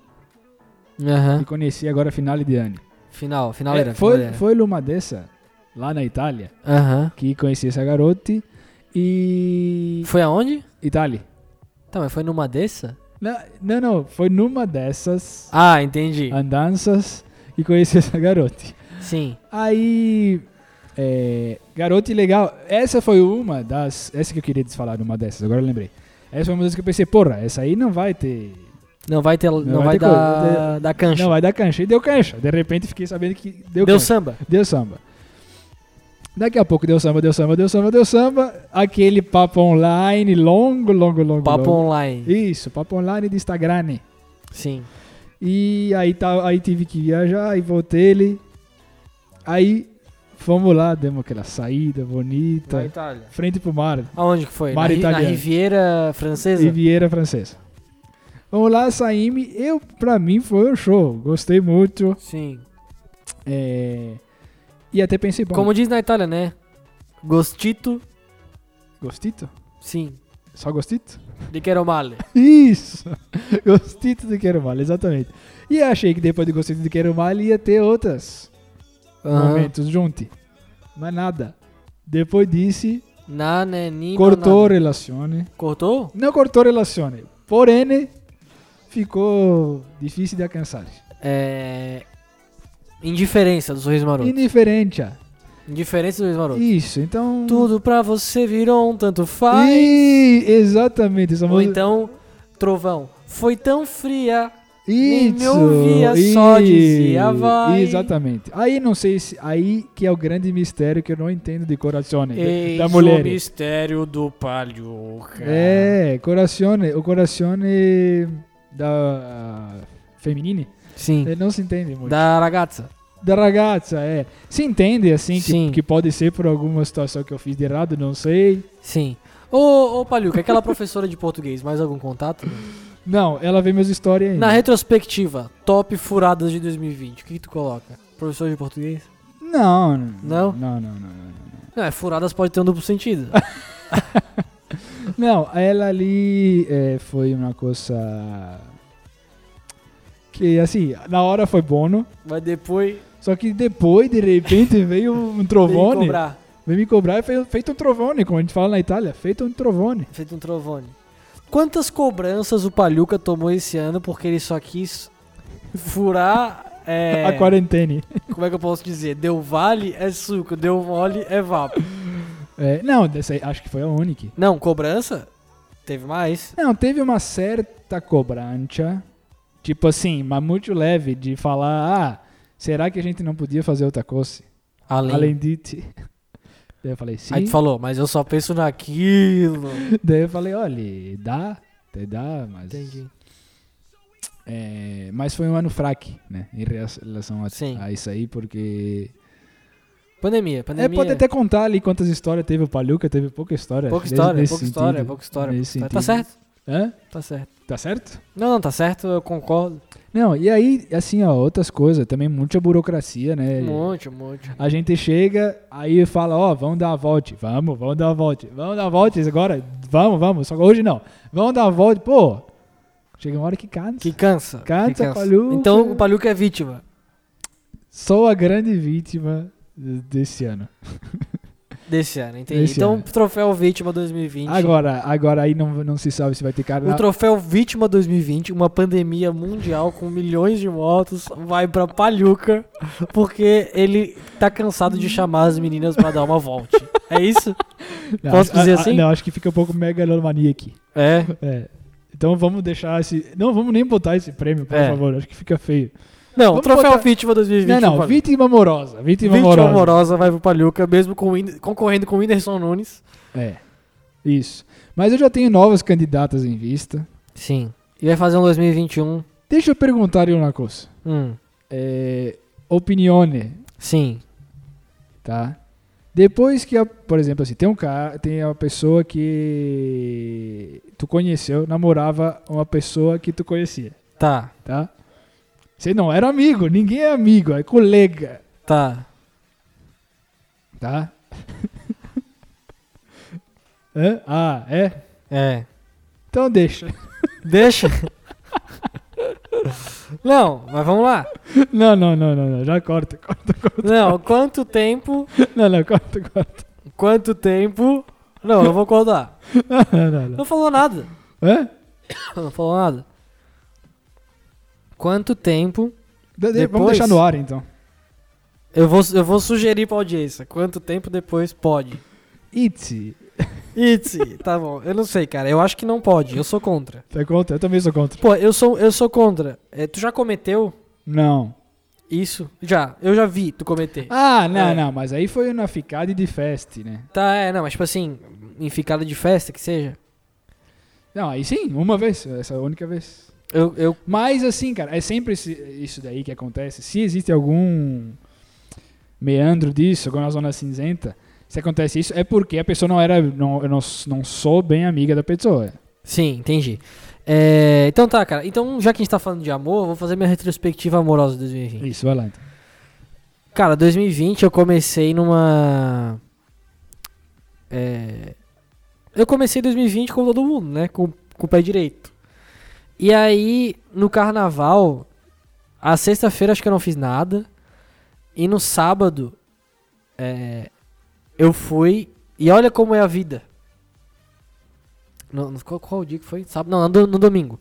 Speaker 2: e
Speaker 3: Aham.
Speaker 2: conheci agora a finale de ano.
Speaker 3: Final,
Speaker 2: É,
Speaker 3: finaleira.
Speaker 2: foi,
Speaker 3: finaleira.
Speaker 2: foi numa dessa, lá na Itália,
Speaker 3: Aham.
Speaker 2: que conheci essa garota e...
Speaker 3: Foi aonde?
Speaker 2: Itália.
Speaker 3: Tá, mas foi numa dessa?
Speaker 2: Não, não, não, foi numa dessas
Speaker 3: Ah, entendi.
Speaker 2: andanças que conheci essa garota.
Speaker 3: Sim.
Speaker 2: Aí. É, garoto e legal. Essa foi uma das. Essa que eu queria desfalar, uma dessas, agora eu lembrei. Essa foi uma das que eu pensei, porra, essa aí não vai ter
Speaker 1: Não vai ter. Não, vai,
Speaker 2: vai ter coisa, não
Speaker 1: dar, dar cancha.
Speaker 2: Não, vai dar cancha. E deu cancha. De repente fiquei sabendo que deu,
Speaker 1: Deu
Speaker 2: cancha.
Speaker 1: samba.
Speaker 2: Deu samba. Daqui a pouco deu samba, deu samba, deu samba, deu samba. Aquele papo online longo, longo, longo.
Speaker 1: Papo
Speaker 2: longo.
Speaker 1: online.
Speaker 2: Isso, papo online de Instagram.
Speaker 1: Sim.
Speaker 2: E aí, tá, aí tive que viajar e voltei ele. Aí fomos lá, demos aquela saída bonita.
Speaker 3: Na
Speaker 1: tá.
Speaker 3: Itália.
Speaker 2: Frente pro mar,
Speaker 1: Aonde que foi? Na,
Speaker 2: Mar
Speaker 1: ri- na
Speaker 2: italiano.
Speaker 1: Riviera Francesa?
Speaker 2: Riviera Francesa. Vamos lá, saímos. Eu, pra mim, foi um show. Gostei muito.
Speaker 1: Sim.
Speaker 2: É... E até pensei, bom,
Speaker 1: Como diz na Itália, né? Gostito,
Speaker 2: gostito?
Speaker 1: sim.
Speaker 2: Só gostito? <laughs>
Speaker 1: De quero male.
Speaker 2: Isso! Gostito de Quero Male, exatamente. E eu achei que depois de Gostito de Quero Male ia ter outros
Speaker 1: Aham.
Speaker 2: momentos juntos. Mas nada. Depois disse,
Speaker 1: Na, né, ni,
Speaker 2: cortou
Speaker 1: na,
Speaker 2: relacione.
Speaker 1: na. Cortou?
Speaker 2: Não cortou relacione. Porém, ficou difícil de alcançar.
Speaker 1: É... Indiferença do Sorriso Maroto.
Speaker 2: Indiferente. ah.
Speaker 1: Indiferença do Sorriso Maroto.
Speaker 2: Isso, então...
Speaker 1: Tudo pra você virou um tanto faz.
Speaker 2: Ih, exatamente, essa
Speaker 1: Ou
Speaker 2: música.
Speaker 1: então, Trovão, foi tão fria. nem me
Speaker 2: Isso,
Speaker 1: ouvia, só
Speaker 2: e-
Speaker 1: dizia vai.
Speaker 2: Exatamente. Aí não sei se. Aí que é o grande mistério que eu não entendo de Corazione. de-
Speaker 3: Eis
Speaker 2: da
Speaker 3: o
Speaker 2: mulher.
Speaker 3: mistério do Palhoca.
Speaker 2: É, Corazione. O Corazione da. ah, Feminine?
Speaker 1: Sim.
Speaker 2: Ele não se entende muito. Da,
Speaker 1: Da ragazza.
Speaker 2: ragazza, é. Se entende, assim,
Speaker 1: Sim.
Speaker 2: que, que pode ser por alguma situação que eu fiz de errado, não sei.
Speaker 1: Sim. Ô, ô Palhuca, aquela professora de português, mais algum contato?
Speaker 2: Não, ela vê meus stories ainda.
Speaker 1: Na retrospectiva, top furadas de 2020, o que, que tu coloca? Professor de português?
Speaker 2: Não, não.
Speaker 1: Não?
Speaker 2: Não, não, não. não.
Speaker 1: Não, é furadas pode ter um duplo <laughs> sentido.
Speaker 2: Não, ela ali eh, foi uma coisa que assim, na hora foi bono,
Speaker 1: Mas depois
Speaker 2: só que depois de repente <laughs> veio um
Speaker 1: tem que
Speaker 2: trovone,
Speaker 1: cobrar.
Speaker 2: veio me cobrar e fez, feito um trovone, como a gente fala na Itália, feito um trovone.
Speaker 1: Feito um trovone. Quantas cobranças o Palhuca tomou esse ano porque ele só quis furar. <laughs> é,
Speaker 2: A quarentena.
Speaker 1: Como é que eu posso dizer? Deu vale é suco, deu mole é vapo.
Speaker 2: É, não, dessa aí, acho que foi a única.
Speaker 1: Não, cobrança? Teve mais.
Speaker 2: Não, teve uma certa cobrança, tipo assim, mas muito leve de falar, ah, será que a gente não podia fazer outra coisa
Speaker 1: Além.
Speaker 2: além de ti? <laughs> Daí eu falei, sim.
Speaker 1: Aí tu falou, mas eu só penso naquilo.
Speaker 2: Daí eu falei, olha, dá, até dá, mas.
Speaker 1: Entendi.
Speaker 2: É, mas foi um ano fraco, né? Em rea- relação a,
Speaker 1: Sim.
Speaker 2: a isso aí, porque.
Speaker 1: Pandemia,
Speaker 2: É,
Speaker 1: pandemia.
Speaker 2: pode até contar ali quantas histórias teve o Paluca, teve pouca história.
Speaker 1: Pouca
Speaker 2: nesse-
Speaker 1: história,
Speaker 2: nesse
Speaker 1: pouca história,
Speaker 2: sentido.
Speaker 1: pouca história.
Speaker 2: Nesse
Speaker 1: Tá- Tá
Speaker 2: sentido.
Speaker 1: certo?
Speaker 2: Hã?
Speaker 1: Tá certo.
Speaker 2: Tá certo?
Speaker 1: Não, não, tá certo, eu concordo.
Speaker 2: Não, e aí, assim, ó, outras coisas, também muita burocracia, né?
Speaker 1: Um monte, um monte.
Speaker 2: A gente chega, aí fala, ó, vamos dar a volta. Vamos, vamos dar a volta. Vamos dar a volta agora. Vamos, vamos. Só que hoje não. Vamos dar a volta. Pô, chega uma hora que cansa.
Speaker 1: Que cansa. que
Speaker 2: Cansa, Paluca.
Speaker 1: Então o Paluca é vítima
Speaker 2: Sou a grande vítima desse ano.
Speaker 1: desse ano, entendi.
Speaker 2: Desse
Speaker 1: então,
Speaker 2: ano.
Speaker 1: troféu vítima 2020.
Speaker 2: Agora, agora aí não, não se sabe se vai ter cara.
Speaker 1: O troféu vítima 2020, uma pandemia mundial com milhões de mortos, vai pra Palhuca, porque ele tá cansado de chamar as meninas pra dar uma volta. É isso?
Speaker 2: Não,
Speaker 1: posso
Speaker 2: a- a-
Speaker 1: dizer assim?
Speaker 2: não, acho que fica um pouco megalomaníaco.
Speaker 1: É.
Speaker 2: É. Então vamos deixar esse. Não, vamos nem botar esse prêmio, por
Speaker 1: É.
Speaker 2: favor. Acho que fica feio.
Speaker 1: Não,
Speaker 2: Vamos
Speaker 1: troféu
Speaker 2: botar-
Speaker 1: vítima 2020.
Speaker 2: não, não,
Speaker 1: um, Palhuca.
Speaker 2: vítima amorosa. Vítima,
Speaker 1: Vítima
Speaker 2: amorosa.
Speaker 1: amorosa vai pro Palhuca, mesmo com o Whind- concorrendo com o Whindersson Nunes.
Speaker 2: É. Isso. Mas eu já tenho novas candidatas em vista.
Speaker 1: Sim. E vai fazer um 2021.
Speaker 2: Deixa eu perguntar uma coisa.
Speaker 1: Hum.
Speaker 2: É, opinione,
Speaker 1: Sim.
Speaker 2: tá? Depois que, a- por exemplo, assim, tem um cara, tem a pessoa que tu conheceu, namorava uma pessoa que tu conhecia,
Speaker 1: Tá.
Speaker 2: tá? Você não era amigo, ninguém é amigo, é colega,
Speaker 1: Tá.
Speaker 2: tá? <laughs> Hã? Ah, é?
Speaker 1: É.
Speaker 2: Então deixa. <laughs>
Speaker 1: Deixa. não, mas vamos lá.
Speaker 2: Não, não, não, não, não, já corta, corta, corta.
Speaker 1: Não, quanto tempo.
Speaker 2: Não, não, corta, corta.
Speaker 1: Quanto tempo. Não, eu vou acordar.
Speaker 2: Não, não, não.
Speaker 1: Não falou nada.
Speaker 2: Hã?
Speaker 1: Não falou nada. Quanto tempo.
Speaker 2: De- de-
Speaker 1: Depois-
Speaker 2: Vamos deixar no ar então.
Speaker 1: Eu vou, eu vou sugerir pra audiência. Quanto tempo depois pode?
Speaker 2: Itzy,
Speaker 1: Itzy, tá bom. Eu não sei, cara. Eu acho que não pode. Eu sou contra.
Speaker 2: Tu é contra? Eu também sou contra.
Speaker 1: Pô, eu sou, eu sou contra. É, tu já cometeu
Speaker 2: Não.
Speaker 1: isso? Já. Eu já vi tu cometer.
Speaker 2: Ah, não,
Speaker 1: É.
Speaker 2: não, mas aí foi na ficada e de fest, né?
Speaker 1: Tá, é, não, mas tipo assim, em ficada de festa, que seja.
Speaker 2: Não, aí sim, uma vez, essa única vez.
Speaker 1: Eu, eu
Speaker 2: Mas assim, cara, é sempre esse- isso daí que acontece. Se existe algum meandro disso, alguma zona cinzenta, se acontece isso, é porque a pessoa não era. Não, eu não, não sou bem amiga da pessoa.
Speaker 1: Sim, entendi. É, então tá, cara. Então, já que a gente tá falando de amor, eu vou fazer minha retrospectiva amorosa de 2020.
Speaker 2: Isso, vai lá então.
Speaker 1: Cara, 2020 eu comecei numa. É, eu comecei 2020 como todo mundo, né? Com, com o pé direito. E aí, no carnaval, a sexta-feira acho que eu não fiz nada. E no sábado, é, eu fui. E olha como é a vida. No, no- qual, qual o dia que foi? Sábado? Não, no, no domingo.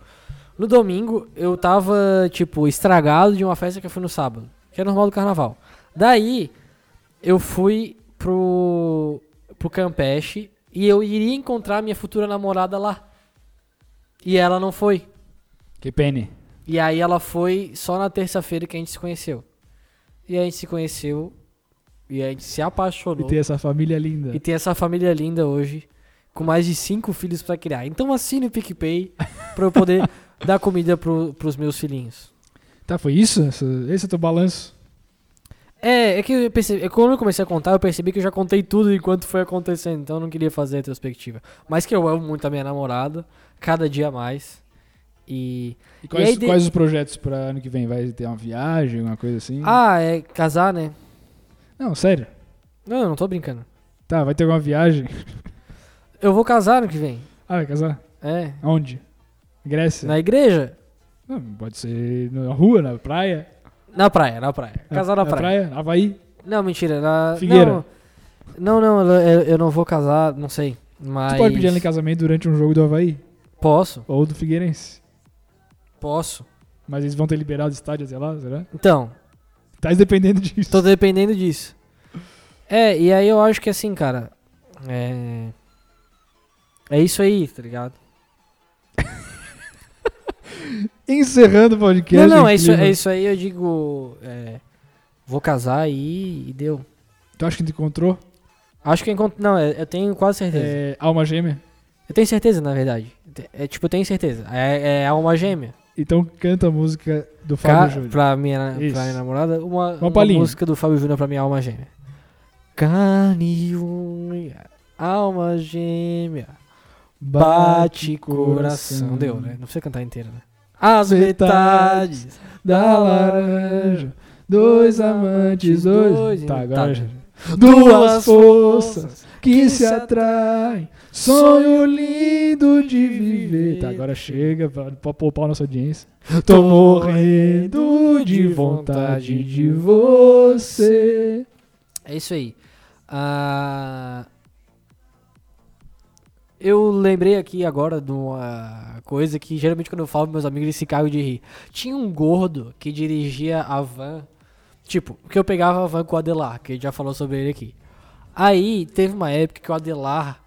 Speaker 1: No domingo, eu tava, tipo, estragado de uma festa que eu fui no sábado. Que é normal do carnaval. Daí, eu fui pro, pro Campeche e eu iria encontrar minha futura namorada lá. E ela não foi.
Speaker 2: Que pene.
Speaker 1: E aí ela foi só na terça-feira que a gente se conheceu. E a gente se conheceu e a gente se
Speaker 2: E
Speaker 1: apaixonou.
Speaker 2: tem essa família linda.
Speaker 1: E tem essa família linda hoje, com mais de cinco filhos pra criar. Então assine o PicPay pra eu poder dar comida pro, pros meus filhinhos.
Speaker 2: Tá, foi isso? Essa- Esse é teu balanço?
Speaker 1: É, é que eu percebi, é, quando eu comecei a contar, eu percebi que eu já contei tudo enquanto foi acontecendo, então eu não queria fazer a retrospectiva. Mas que eu amo muito a minha namorada, cada dia mais. E.
Speaker 2: E quais,
Speaker 1: aí de-
Speaker 2: quais os projetos pra ano que vem? Vai ter uma viagem, alguma coisa assim?
Speaker 1: Ah, é casar, né?
Speaker 2: Não, sério.
Speaker 1: Não, eu não tô brincando.
Speaker 2: Tá, vai ter alguma viagem? <laughs>
Speaker 1: Eu vou casar no que vem.
Speaker 2: Ah, vai casar?
Speaker 1: É.
Speaker 2: Onde? Grécia?
Speaker 1: Na igreja?
Speaker 2: Não, pode ser na rua, na praia.
Speaker 1: Na praia, na praia. Casar na,
Speaker 2: É, na
Speaker 1: praia.
Speaker 2: praia. Havaí.
Speaker 1: Não, mentira. Na...
Speaker 2: Figueira.
Speaker 1: Não, não, não eu, eu não vou casar, não sei. Mas.
Speaker 2: Tu pode pedir ela em casamento durante um jogo do Havaí
Speaker 1: Posso,
Speaker 2: ou do Figueirense.
Speaker 1: posso.
Speaker 2: Mas eles vão ter liberado o estádio, sei lá, será?
Speaker 1: Então,
Speaker 2: Tá dependendo disso.
Speaker 1: Tô dependendo disso. É, e aí eu acho que assim, cara. É. É isso aí, tá ligado?
Speaker 2: Encerrando o podcast. né,
Speaker 1: não, não, é isso,
Speaker 2: incrível.
Speaker 1: é isso aí, eu digo. é, vou casar e, e deu.
Speaker 2: Tu acha que tu encontrou?
Speaker 1: Acho que eu encontro. Não, é- eu tenho quase certeza.
Speaker 2: É, alma gêmea?
Speaker 1: Eu tenho certeza, na verdade. É tipo, eu tenho certeza. É, é alma gêmea.
Speaker 2: Então canta a música do
Speaker 1: Ca
Speaker 2: Fábio Júnior.
Speaker 1: pra, minha,
Speaker 2: Isso.
Speaker 1: pra minha namorada, uma, uma,
Speaker 2: palhinha.
Speaker 1: música do Fábio Júnior pra minha alma gêmea. Carne e unha, alma gêmea. Bate coração. Deu, né? Não precisa cantar inteira, né? As
Speaker 2: metades
Speaker 1: metades
Speaker 2: Da laranja, dois amantes, dois.
Speaker 1: Dois,
Speaker 2: tá,
Speaker 1: tá.
Speaker 2: agora já. Duas forças que se atraem, sonho lindo de viver. Tá, agora chega pra, pra poupar nossa audiência. Tô morrendo de vontade de você.
Speaker 1: É isso aí. Ah, Eu lembrei aqui agora de uma coisa que geralmente quando eu falo pros meus amigos eles se cagam de rir. Tinha um gordo que dirigia a van. Tipo, que eu pegava a van com o Adelar, que a gente já falou sobre ele aqui. Aí teve uma época que o Adelar.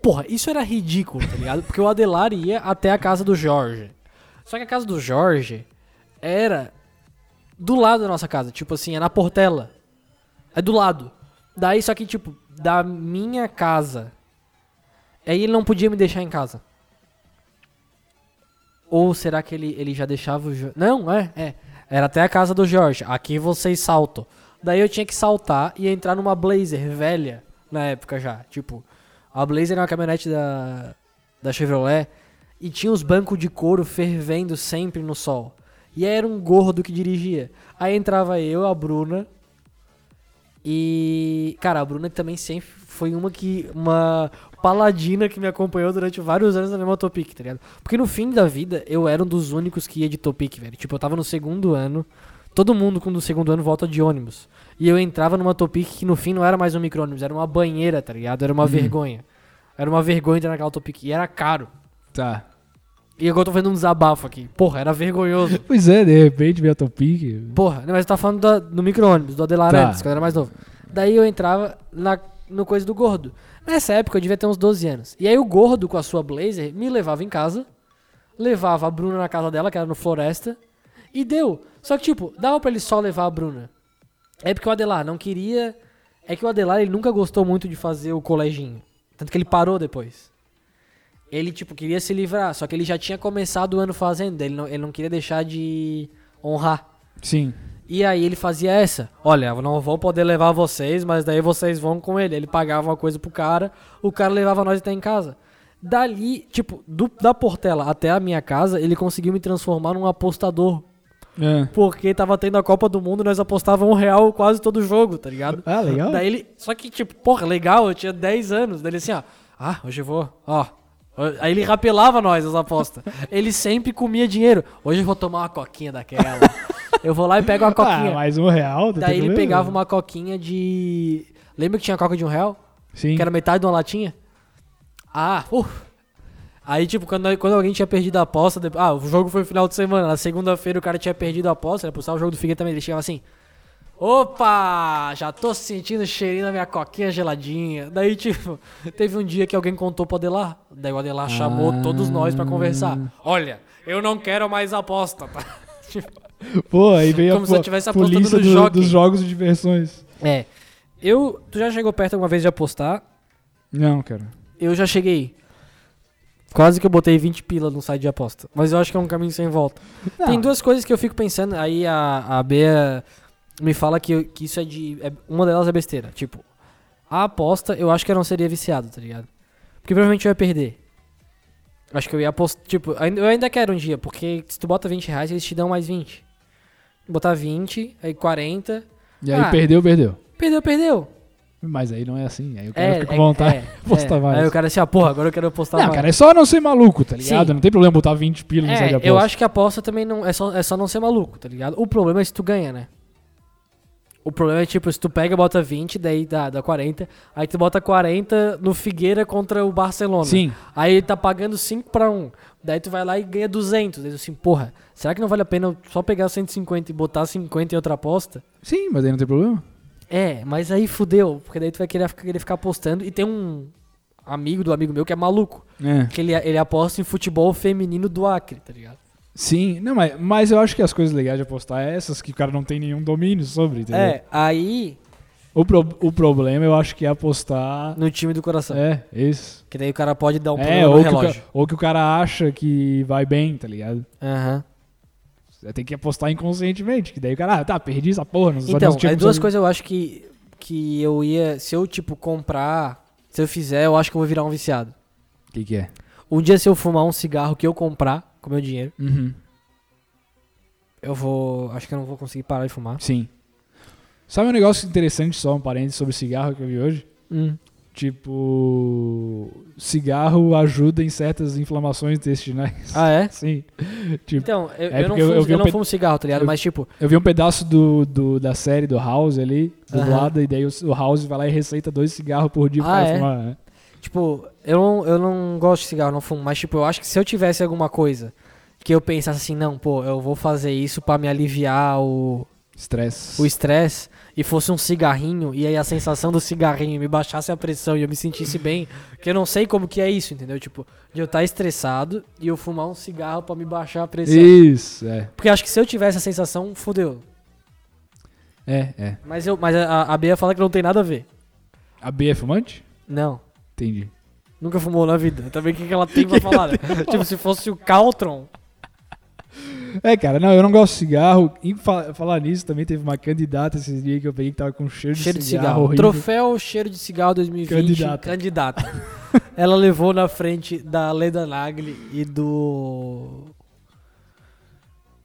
Speaker 1: Porra, isso era ridículo, tá ligado? Porque o Adelar ia até a casa do Jorge. Só que a casa do Jorge era do lado da nossa casa, tipo assim, é na Portela. É do lado. Daí, só que, tipo, da minha casa. Aí ele não podia me deixar em casa. Ou será que ele, ele já deixava o Jorge? Não, é, é. Era até a casa do Jorge. Aqui vocês saltam. Daí eu tinha que saltar e entrar numa Blazer velha na época já. Tipo, a Blazer era uma caminhonete da, da Chevrolet e tinha os bancos de couro fervendo sempre no sol. E aí era um gordo que dirigia. Aí entrava eu, a Bruna, e, cara, a Bruna também sempre foi uma que. Uma paladina que me acompanhou durante vários anos na mesma Topic, tá ligado? Porque no fim da vida eu era um dos únicos que ia de Topic, velho. Tipo, eu tava no segundo ano. Todo mundo quando no segundo ano volta de ônibus. E eu entrava numa Topic que no fim não era mais um micro-ônibus, era uma banheira, tá ligado? Era uma vergonha. Era uma vergonha entrar naquela Topic. E era caro.
Speaker 2: Tá.
Speaker 1: E agora eu tô vendo um desabafo aqui. Porra, era vergonhoso.
Speaker 2: Pois é, de repente veio a Topic.
Speaker 1: né, Porra, não, mas você tá falando da- do micro-ônibus, do Adelar
Speaker 2: Tá.
Speaker 1: antes, quando eu era mais novo. Daí eu entrava na, no coisa do gordo. Nessa época eu devia ter uns 12 anos. E aí o gordo com a sua blazer me levava em casa, levava a Bruna na casa dela, que era no Floresta, e deu. Só que, tipo, dava pra ele só levar a Bruna. É porque o Adelar não queria. É que o Adelar ele nunca gostou muito de fazer o coleginho. Tanto que ele parou depois. Ele, tipo, queria se livrar, só que ele já tinha começado o ano fazendo, ele não, ele não queria deixar de honrar.
Speaker 2: Sim.
Speaker 1: E aí ele fazia essa. Olha, eu não vou poder levar vocês, mas daí vocês vão com ele. Ele pagava uma coisa pro cara, o cara levava nós até em casa. Dali, tipo, do- da Portela até a minha casa, ele conseguiu me transformar num apostador.
Speaker 2: É.
Speaker 1: Porque tava tendo a Copa do Mundo, nós apostávamos um real quase todo jogo, tá ligado?
Speaker 2: Ah, legal.
Speaker 1: Daí ele. Só que, tipo, porra, legal, eu tinha 10 anos. Daí ele assim, ó. Ah, hoje eu vou, ó. Aí ele rapelava nós as apostas. Ele sempre comia dinheiro. Hoje eu vou tomar uma coquinha daquela. eu vou lá e pego uma
Speaker 2: ah,
Speaker 1: coquinha.
Speaker 2: mais um real. não tem
Speaker 1: Daí ele
Speaker 2: problema.
Speaker 1: pegava um uma coquinha de. Lembra que tinha coca de um real?
Speaker 2: Sim.
Speaker 1: Que era metade de uma latinha? Ah, uff. Aí, tipo, quando, quando alguém tinha perdido a aposta. de- Ah, o jogo foi final de semana. Na segunda-feira o cara tinha perdido a aposta, né? Por sinal, o jogo do Figueiredo também. Ele chegava assim: Opa! Já tô sentindo o cheirinho da minha coquinha geladinha. Daí, tipo, <laughs> teve um dia que alguém contou pro Adelar. Daí o Adelar chamou todos nós pra conversar. Olha, eu não quero mais aposta, tá?
Speaker 2: Pô, aí veio
Speaker 1: Como
Speaker 2: a,
Speaker 1: se eu
Speaker 2: po-
Speaker 1: tivesse apostado
Speaker 2: polícia
Speaker 1: no
Speaker 2: do-
Speaker 1: jockey.
Speaker 2: dos jogos de diversões.
Speaker 1: É. Eu. Tu já chegou perto alguma vez de apostar?
Speaker 2: Não, cara.
Speaker 1: Eu já cheguei. Quase que eu botei 20 pila no site de aposta. Mas eu acho que é um caminho sem volta.
Speaker 2: Não.
Speaker 1: Tem duas coisas que eu fico pensando. Aí a, a Bea me fala que, que isso é de. é- uma delas é besteira. Tipo, a aposta eu acho que eu não seria viciado, tá ligado? Porque provavelmente eu ia perder. Acho que eu ia apostar. Tipo, ainda- eu ainda quero um dia, porque se tu bota 20 reais, eles te dão mais 20. Botar 20, aí 40.
Speaker 2: E aí
Speaker 1: Ah.
Speaker 2: perdeu, perdeu.
Speaker 1: Perdeu, perdeu.
Speaker 2: Mas aí não é assim. Aí o cara fica com vontade.
Speaker 1: é,
Speaker 2: apostar mais.
Speaker 1: Aí o cara assim, ah, porra, agora eu quero apostar
Speaker 2: não,
Speaker 1: mais.
Speaker 2: cara, é só não ser maluco, tá ligado?
Speaker 1: Sim.
Speaker 2: Não tem problema botar 20 pila no site de
Speaker 1: É,
Speaker 2: aposta.
Speaker 1: eu acho que a aposta também não é só, é só não ser maluco, tá ligado? O problema é se tu ganha, né? O problema é tipo, se tu pega e bota 20, daí dá, dá 40, aí tu bota 40 no Figueira contra o Barcelona.
Speaker 2: Sim.
Speaker 1: Aí ele tá pagando 5 pra 1. Daí tu vai lá e ganha 200. Daí tu assim, porra, será que não vale a pena eu só pegar 150 e botar 50 em outra aposta?
Speaker 2: Sim, mas aí não tem problema.
Speaker 1: É, mas aí fudeu, porque daí tu vai querer, ficar- querer ficar apostando. E tem um amigo do amigo meu que é maluco,
Speaker 2: É.
Speaker 1: que ele, ele aposta em futebol feminino do Acre, tá ligado?
Speaker 2: Sim, não, mas, mas eu acho que as coisas legais de apostar é essas que o cara não tem nenhum domínio sobre, entendeu?
Speaker 1: É, aí
Speaker 2: O, pro, o problema eu acho que é apostar.
Speaker 1: no time do coração.
Speaker 2: É, isso.
Speaker 1: Que daí o cara pode dar um
Speaker 2: é,
Speaker 1: problema no
Speaker 2: ou que, o
Speaker 1: relógio.
Speaker 2: ca- ou que o cara acha que vai bem, tá ligado?
Speaker 1: Aham.
Speaker 2: Você tem que apostar inconscientemente, que daí o cara, ah, tá, perdi essa porra, não
Speaker 1: Então,
Speaker 2: tinha
Speaker 1: aí duas
Speaker 2: como-
Speaker 1: coisas eu acho que, que eu ia. Se eu, tipo, comprar. Se eu fizer, eu acho que eu vou virar um viciado.
Speaker 2: O que, que é?
Speaker 1: Um dia, se eu fumar um cigarro que eu comprar com meu dinheiro,
Speaker 2: Uhum.
Speaker 1: eu vou. Acho que eu não vou conseguir parar de fumar.
Speaker 2: Sim. Sabe um negócio interessante, só um parênteses sobre cigarro que eu vi hoje?
Speaker 1: Hum.
Speaker 2: Tipo, cigarro ajuda em certas inflamações intestinais. <laughs>
Speaker 1: Ah, é?
Speaker 2: Sim. Tipo,
Speaker 1: Então, eu,
Speaker 2: É
Speaker 1: eu não,
Speaker 2: porque eu-
Speaker 1: fumo,
Speaker 2: eu vi
Speaker 1: eu
Speaker 2: um
Speaker 1: não
Speaker 2: ped-
Speaker 1: fumo cigarro, tá ligado?
Speaker 2: eu-
Speaker 1: Mas, tipo,
Speaker 2: eu vi um pedaço do, do- da série do House ali, dublada, e daí o, o House vai lá e receita dois cigarros por dia pro
Speaker 1: Ah,
Speaker 2: cara
Speaker 1: é?
Speaker 2: fumar. né?
Speaker 1: Tipo, eu não, eu não gosto de cigarro, não fumo, mas tipo, eu acho que se eu tivesse alguma coisa que eu pensasse assim, não, pô, eu vou fazer isso pra me aliviar o
Speaker 2: Estresse.
Speaker 1: o estresse, e fosse um cigarrinho, e aí a sensação do cigarrinho me baixasse a pressão e eu me sentisse bem, que eu não sei como que é isso, entendeu? Tipo, de eu estar estressado e eu fumar um cigarro pra me baixar a pressão.
Speaker 2: Isso, é.
Speaker 1: Porque eu acho que se eu tivesse a sensação, fudeu.
Speaker 2: É, é.
Speaker 1: Mas, eu, mas a, a Bia fala que não tem nada a ver.
Speaker 2: A B é fumante?
Speaker 1: Não.
Speaker 2: Entendi.
Speaker 1: Nunca fumou na vida. Também o <laughs> que, que ela tem pra falar? né? tipo, se fosse o Caltron,
Speaker 2: É, cara, não, eu não gosto de cigarro. Em fa- falar nisso, também teve uma candidata esses dias que eu peguei que tava com cheiro,
Speaker 1: Cheiro
Speaker 2: de
Speaker 1: de
Speaker 2: cigarro,
Speaker 1: cigarro.
Speaker 2: horrível.
Speaker 1: Troféu Cheiro de Cigarro 2020.
Speaker 2: Candidata.
Speaker 1: Candidata. <laughs> Ela levou na frente da Leda Nagli e do.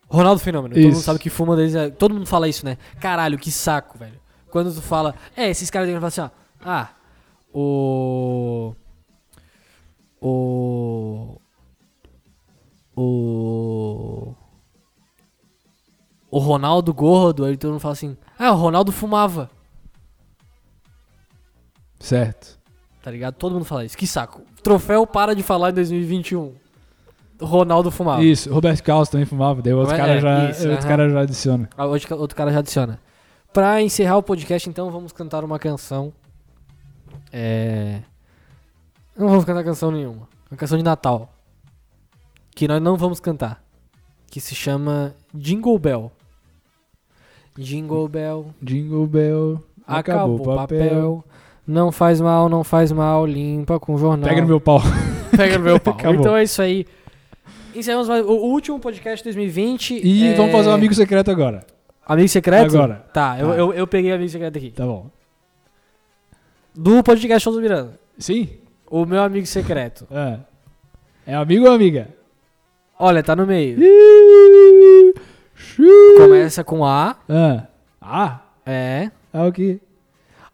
Speaker 1: Ronaldo Fenômeno. Todo
Speaker 2: Isso.
Speaker 1: mundo sabe que fuma desde. a- Todo mundo fala isso, né? Caralho, que saco, velho. Quando tu fala. É, esses caras devem falar assim, ó. Ah, o. O. O. O Ronaldo gordo, aí todo mundo fala assim: Ah, o Ronaldo fumava.
Speaker 2: Certo.
Speaker 1: Tá ligado? Todo mundo fala isso. Que saco. Troféu para de falar em 2021. Ronaldo fumava.
Speaker 2: Isso, Roberto Carlos também fumava, daí o outro
Speaker 1: Ah. É,
Speaker 2: cara já,
Speaker 1: isso,
Speaker 2: outro
Speaker 1: aham.
Speaker 2: cara já adiciona.
Speaker 1: Ah, Outro, ca- outro cara já adiciona. Pra encerrar o podcast, então, vamos cantar uma canção
Speaker 3: É... Não vamos cantar canção nenhuma. É Uma canção de Natal. Que nós não vamos cantar. Que se chama Jingle Bell. Jingle Bell.
Speaker 2: Jingle Bell.
Speaker 3: Acabou, o papel. Não faz mal, não faz mal, limpa com jornal.
Speaker 2: Pega no meu pau. <laughs>
Speaker 3: Pega no meu pau.
Speaker 2: Acabou.
Speaker 3: Então é isso aí. Encerramos mais- o último podcast de 2020.
Speaker 2: E
Speaker 3: é...
Speaker 2: vamos fazer um amigo secreto agora.
Speaker 3: Amigo secreto?
Speaker 2: Agora.
Speaker 3: Tá, eu,
Speaker 2: Tá.
Speaker 3: eu, eu peguei amigo secreto aqui.
Speaker 2: Tá bom.
Speaker 3: Do podcast Show do Miranda.
Speaker 2: Sim?
Speaker 3: O meu amigo secreto.
Speaker 2: É. É amigo ou amiga?
Speaker 3: Olha, tá no meio.
Speaker 2: Como
Speaker 3: Começa com A.
Speaker 2: Ah. Ah,
Speaker 3: É.
Speaker 2: é o que?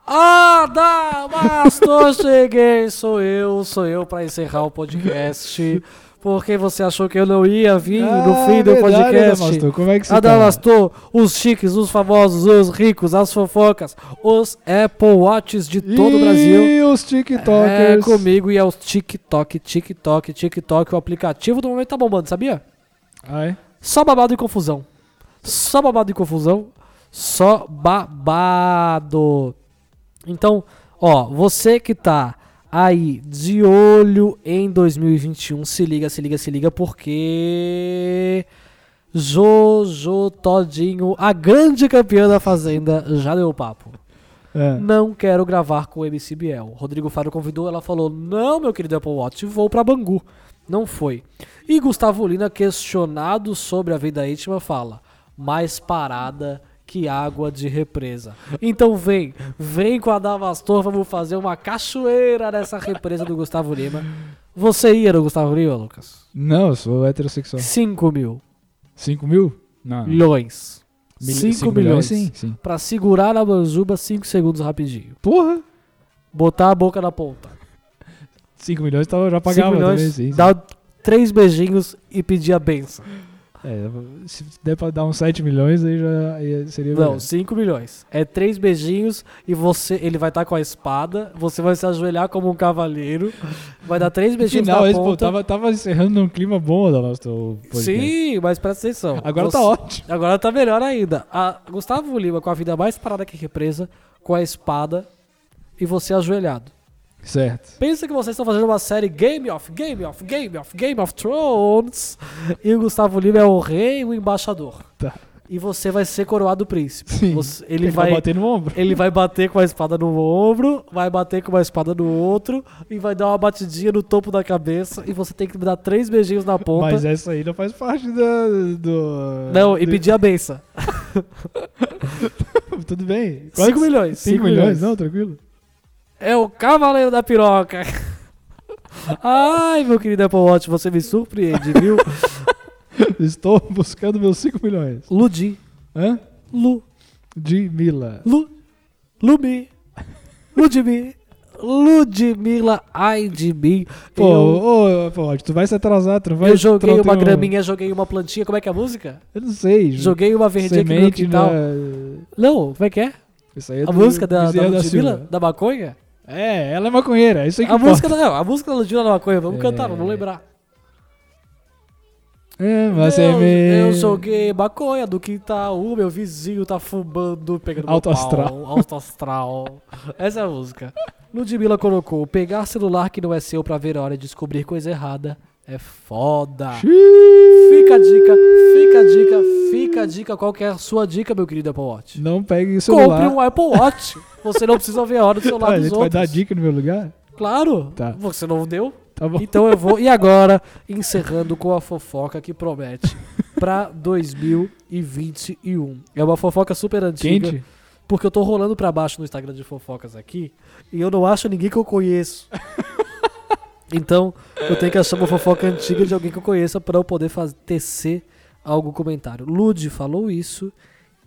Speaker 3: Adamastor, <laughs> cheguei, sou eu, sou eu pra encerrar o podcast. Porque você achou que eu não ia vir no
Speaker 2: Ah,
Speaker 3: fim do
Speaker 2: verdade,
Speaker 3: podcast?
Speaker 2: Adamastor, Como é que você tá?
Speaker 3: Adamastor, os chiques, os famosos, os ricos, as fofocas, os Apple Watches de todo o Brasil.
Speaker 2: E os tiktokers.
Speaker 3: É comigo e é o TikTok, TikTok, TikTok. O aplicativo do momento tá bombando, sabia?
Speaker 2: Ai.
Speaker 3: Só babado e confusão. Só babado e confusão. Só babado. Então, ó, você que tá aí de olho em 2021, se liga, se liga, se liga, porque. Jojo Todinho, a grande campeã da Fazenda, já deu o papo.
Speaker 2: É.
Speaker 3: Não quero gravar com o MC Biel. Rodrigo Faro convidou, ela falou: Não, meu querido Apple Watch, vou pra Bangu. Não foi. E Gustavo Lina, questionado sobre a vida íntima, fala: Mais parada que água de represa. Então vem, vem com a Damastor, vamos fazer uma cachoeira nessa represa do Gustavo Lima. Você ia no Gustavo Lima, Lucas?
Speaker 2: Não, eu sou heterossexual.
Speaker 3: 5 mil
Speaker 2: 5 mil? Não.
Speaker 3: milhões.
Speaker 2: Mil-
Speaker 3: 5
Speaker 2: cinco
Speaker 3: milhões.
Speaker 2: Sim, sim.
Speaker 3: Pra segurar a manjuba 5 segundos rapidinho.
Speaker 2: Porra.
Speaker 3: Botar a boca na ponta.
Speaker 2: 5 milhões tava, já
Speaker 3: Cinco
Speaker 2: pagava
Speaker 3: milhões,
Speaker 2: também, sim. sim.
Speaker 3: dá três beijinhos e pedir a benção.
Speaker 2: É, se der pra dar uns 7 milhões, aí já aí seria
Speaker 3: Não,
Speaker 2: melhor.
Speaker 3: 5 milhões. É três beijinhos e você, ele vai estar com a espada, você vai se ajoelhar como um cavaleiro, vai dar três
Speaker 2: No
Speaker 3: beijinhos
Speaker 2: final,
Speaker 3: na
Speaker 2: esse, pô,
Speaker 3: ponta.
Speaker 2: tava, tava encerrando num clima bom da nossa do podcast.
Speaker 3: Sim, mas presta atenção.
Speaker 2: é. Agora
Speaker 3: Você-
Speaker 2: tá ótimo.
Speaker 3: Agora tá melhor ainda. A Gustavo Lima com a vida mais parada que represa, com a espada e você ajoelhado.
Speaker 2: Certo.
Speaker 3: Pensa que vocês estão fazendo uma série Game of, Game of, Game of, Game of Thrones. E o Gustavo Lima é o rei e o embaixador.
Speaker 2: Tá.
Speaker 3: E você vai ser coroado príncipe.
Speaker 2: Sim.
Speaker 3: Você- ele,
Speaker 2: Ele
Speaker 3: vai,
Speaker 2: vai bater no ombro.
Speaker 3: ele vai bater com a espada no ombro, vai bater com uma espada no outro, e vai dar uma batidinha no topo da cabeça. E você tem que dar três beijinhos na ponta.
Speaker 2: Mas é, né? essa aí não faz parte da, do.
Speaker 3: Não, e
Speaker 2: do-
Speaker 3: pedir a benção.
Speaker 2: <laughs> Tudo bem.
Speaker 3: 5 milhões.
Speaker 2: 5
Speaker 3: cinco
Speaker 2: milhões? Não, tranquilo.
Speaker 3: É o Cavaleiro da Piroca. Ai, meu querido Apple Watch, você me surpreende,
Speaker 2: <laughs>
Speaker 3: viu?
Speaker 2: Estou buscando meus 5 milhões.
Speaker 3: Ludi.
Speaker 2: Hã?
Speaker 3: Lu.
Speaker 2: De Mila.
Speaker 3: Lu, Lumi, Ludmi, Ludmila, ai de mim.
Speaker 2: Pô,
Speaker 3: eu,
Speaker 2: ô, ô, pô, tu vai se atrasar, tu não vai.
Speaker 3: eu joguei
Speaker 2: tu não tem
Speaker 3: uma
Speaker 2: um-
Speaker 3: graminha, joguei uma plantinha, como é que é a música?
Speaker 2: Eu não sei. jo-
Speaker 3: Joguei uma verdinha aqui no meu
Speaker 2: Semente
Speaker 3: quintal.
Speaker 2: na-
Speaker 3: Não, como é que é?
Speaker 2: Isso aí é
Speaker 3: A
Speaker 2: do
Speaker 3: música da, da
Speaker 2: Bezerra
Speaker 3: Ludmilla,
Speaker 2: Silva.
Speaker 3: da maconha?
Speaker 2: É, ela é maconheira, é isso aí que
Speaker 3: A
Speaker 2: importa.
Speaker 3: música, da, não, a música da Ludmilla da maconha, vamos
Speaker 2: É.
Speaker 3: cantar, vamos lembrar.
Speaker 2: É, mas é
Speaker 3: eu, eu
Speaker 2: mesmo.
Speaker 3: joguei maconha do quintal, o meu vizinho tá fumando, pegando meu
Speaker 2: Alto
Speaker 3: pau,
Speaker 2: astral.
Speaker 3: alto astral. Essa é a música. Ludmilla colocou, pegar celular que não é seu pra ver a hora e descobrir coisa errada é foda. Fica a dica, fica a dica, fica a dica. Qual que é a sua dica, meu querido Apple Watch?
Speaker 2: Não pegue o
Speaker 3: Compre
Speaker 2: celular.
Speaker 3: um Apple Watch. Você não precisa ver
Speaker 2: <laughs>
Speaker 3: a hora do
Speaker 2: Ah,
Speaker 3: celular
Speaker 2: a
Speaker 3: dos
Speaker 2: gente vai
Speaker 3: outros.
Speaker 2: dar dica no meu lugar?
Speaker 3: Claro.
Speaker 2: Tá.
Speaker 3: Você não deu?
Speaker 2: Tá bom.
Speaker 3: Então eu vou. E agora, encerrando com a fofoca que promete
Speaker 2: <laughs>
Speaker 3: pra 2021. É uma fofoca super antiga.
Speaker 2: Quente?
Speaker 3: Porque eu tô rolando pra baixo no Instagram de fofocas aqui e eu não acho ninguém que eu conheço. então eu tenho que achar uma fofoca antiga de alguém que eu conheça pra eu poder faz- tecer algum comentário. Lud falou isso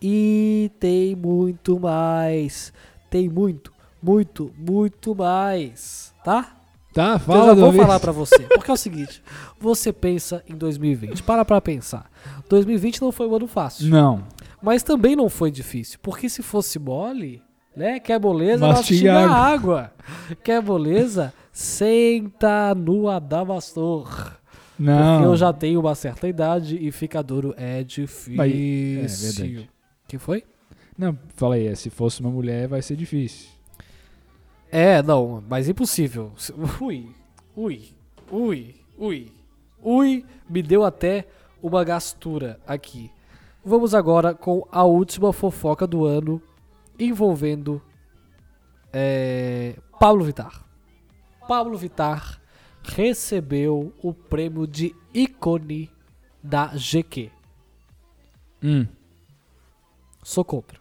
Speaker 3: e tem muito mais. Tem muito, muito, muito mais. Tá?
Speaker 2: Tá,
Speaker 3: Então
Speaker 2: fala
Speaker 3: eu já
Speaker 2: do
Speaker 3: vou falar pra você. Porque é o seguinte, você pensa em 2020, para pra pensar. 2020 não foi um ano fácil,
Speaker 2: Não.
Speaker 3: mas também não foi difícil, porque se fosse mole, né, quer moleza,
Speaker 2: Mastiga
Speaker 3: mastiga a água. Quer moleza, senta no Adamastor.
Speaker 2: Não.
Speaker 3: Porque eu já tenho uma certa idade e fica duro é difícil.
Speaker 2: Ah. Mas- é verdade.
Speaker 3: que foi?
Speaker 2: Não, fala aí, é, se fosse uma mulher vai ser difícil.
Speaker 3: É, não, mas impossível. <laughs> Ui, ui, ui, ui, ui, me deu até uma gastura aqui. Vamos agora com a última fofoca do ano envolvendo é, Pablo Vittar. Pablo Vittar recebeu o prêmio de ícone da GQ.
Speaker 2: Hum.
Speaker 3: Sou contra.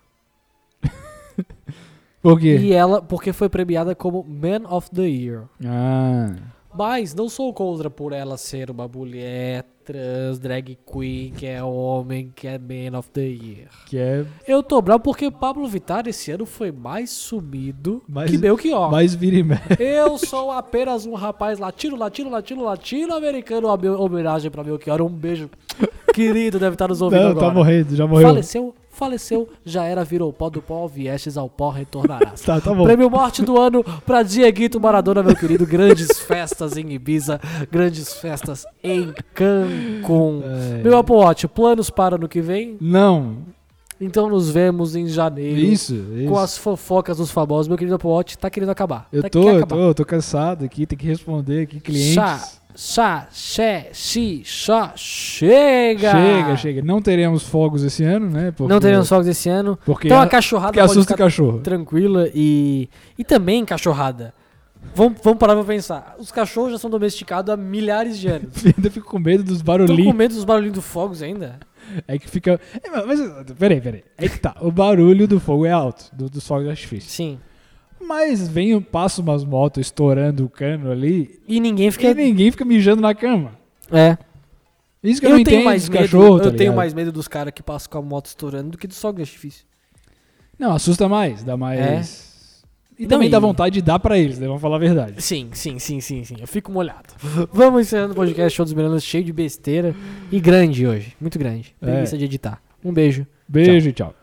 Speaker 2: Por quê?
Speaker 3: E ela, porque foi premiada como Man of the Year.
Speaker 2: Ah.
Speaker 3: Mas não sou contra por ela ser uma mulher trans, drag queen, que é homem, que é Man of the Year.
Speaker 2: Que é
Speaker 3: Eu tô bravo porque Pablo Vittar esse ano foi mais sumido
Speaker 2: Mais-
Speaker 3: que Belchior.
Speaker 2: mais vira e mexe.
Speaker 3: Eu sou apenas um rapaz latino, latino, latino, latino-americano. Uma hom- Homenagem pra Belchior. Um beijo. <laughs> Querido, deve estar nos ouvindo
Speaker 2: Não,
Speaker 3: agora.
Speaker 2: tá morrendo, já morreu.
Speaker 3: Faleceu, faleceu, já era, virou pó do pó, viestes ao pó, retornarás.
Speaker 2: Tá, tá bom.
Speaker 3: Prêmio Morte do Ano pra Dieguito Maradona, meu
Speaker 2: <laughs>
Speaker 3: querido. Grandes festas em Ibiza, grandes festas em Cancún.
Speaker 2: É.
Speaker 3: Meu Apple Watch, planos para ano que vem?
Speaker 2: Não.
Speaker 3: Então nos vemos em janeiro.
Speaker 2: Isso,
Speaker 3: Com
Speaker 2: isso.
Speaker 3: as fofocas dos famosos, meu querido Apple Watch tá querendo acabar.
Speaker 2: Eu
Speaker 3: tá,
Speaker 2: tô,
Speaker 3: quer
Speaker 2: eu
Speaker 3: acabar.
Speaker 2: tô, eu tô cansado aqui, tem que responder aqui, clientes.
Speaker 3: Chá, chá, xé, xi, xó, chega!
Speaker 2: Chega, chega. Não teremos fogos esse ano, né? Porque,
Speaker 3: Não teremos fogos esse ano.
Speaker 2: Porque,
Speaker 3: Então a
Speaker 2: porque
Speaker 3: cachorrada pode
Speaker 2: assusta
Speaker 3: ficar
Speaker 2: o cachorro. <laughs>
Speaker 3: tranquila e. E também cachorrada. Vamos, vamos parar pra pensar. Os cachorros já são domesticados há milhares de anos.
Speaker 2: Ainda fico com medo dos
Speaker 3: Estão com
Speaker 2: barulhinhos.
Speaker 3: medo dos barulhinhos do fogos ainda?
Speaker 2: É que fica. É, mas, mas, peraí, peraí. É que tá. O barulho do fogo é alto, do, dos fogos de artifício.
Speaker 3: Sim.
Speaker 2: Mas vem, passa umas motos estourando o cano ali
Speaker 3: E ninguém fica.
Speaker 2: e ninguém fica mijando na cama.
Speaker 3: É.
Speaker 2: Isso que eu,
Speaker 3: Eu,
Speaker 2: não
Speaker 3: tenho
Speaker 2: entendo
Speaker 3: mais
Speaker 2: dos
Speaker 3: medo.
Speaker 2: cachorros. tá
Speaker 3: eu tenho
Speaker 2: ligado?
Speaker 3: mais medo dos caras que passam com a moto estourando do que dos fogos de artifício.
Speaker 2: Não, assusta mais, dá mais. E
Speaker 3: É? Não,
Speaker 2: também
Speaker 3: e-
Speaker 2: dá vontade de dar pra eles, né? Vamos falar a verdade.
Speaker 3: Sim, sim, sim, sim, sim. Eu fico molhado. Vamos encerrando o podcast Show dos Miranas cheio de besteira e grande hoje. Muito grande.
Speaker 2: É.
Speaker 3: Preguiça de editar. Um beijo.
Speaker 2: Beijo e tchau.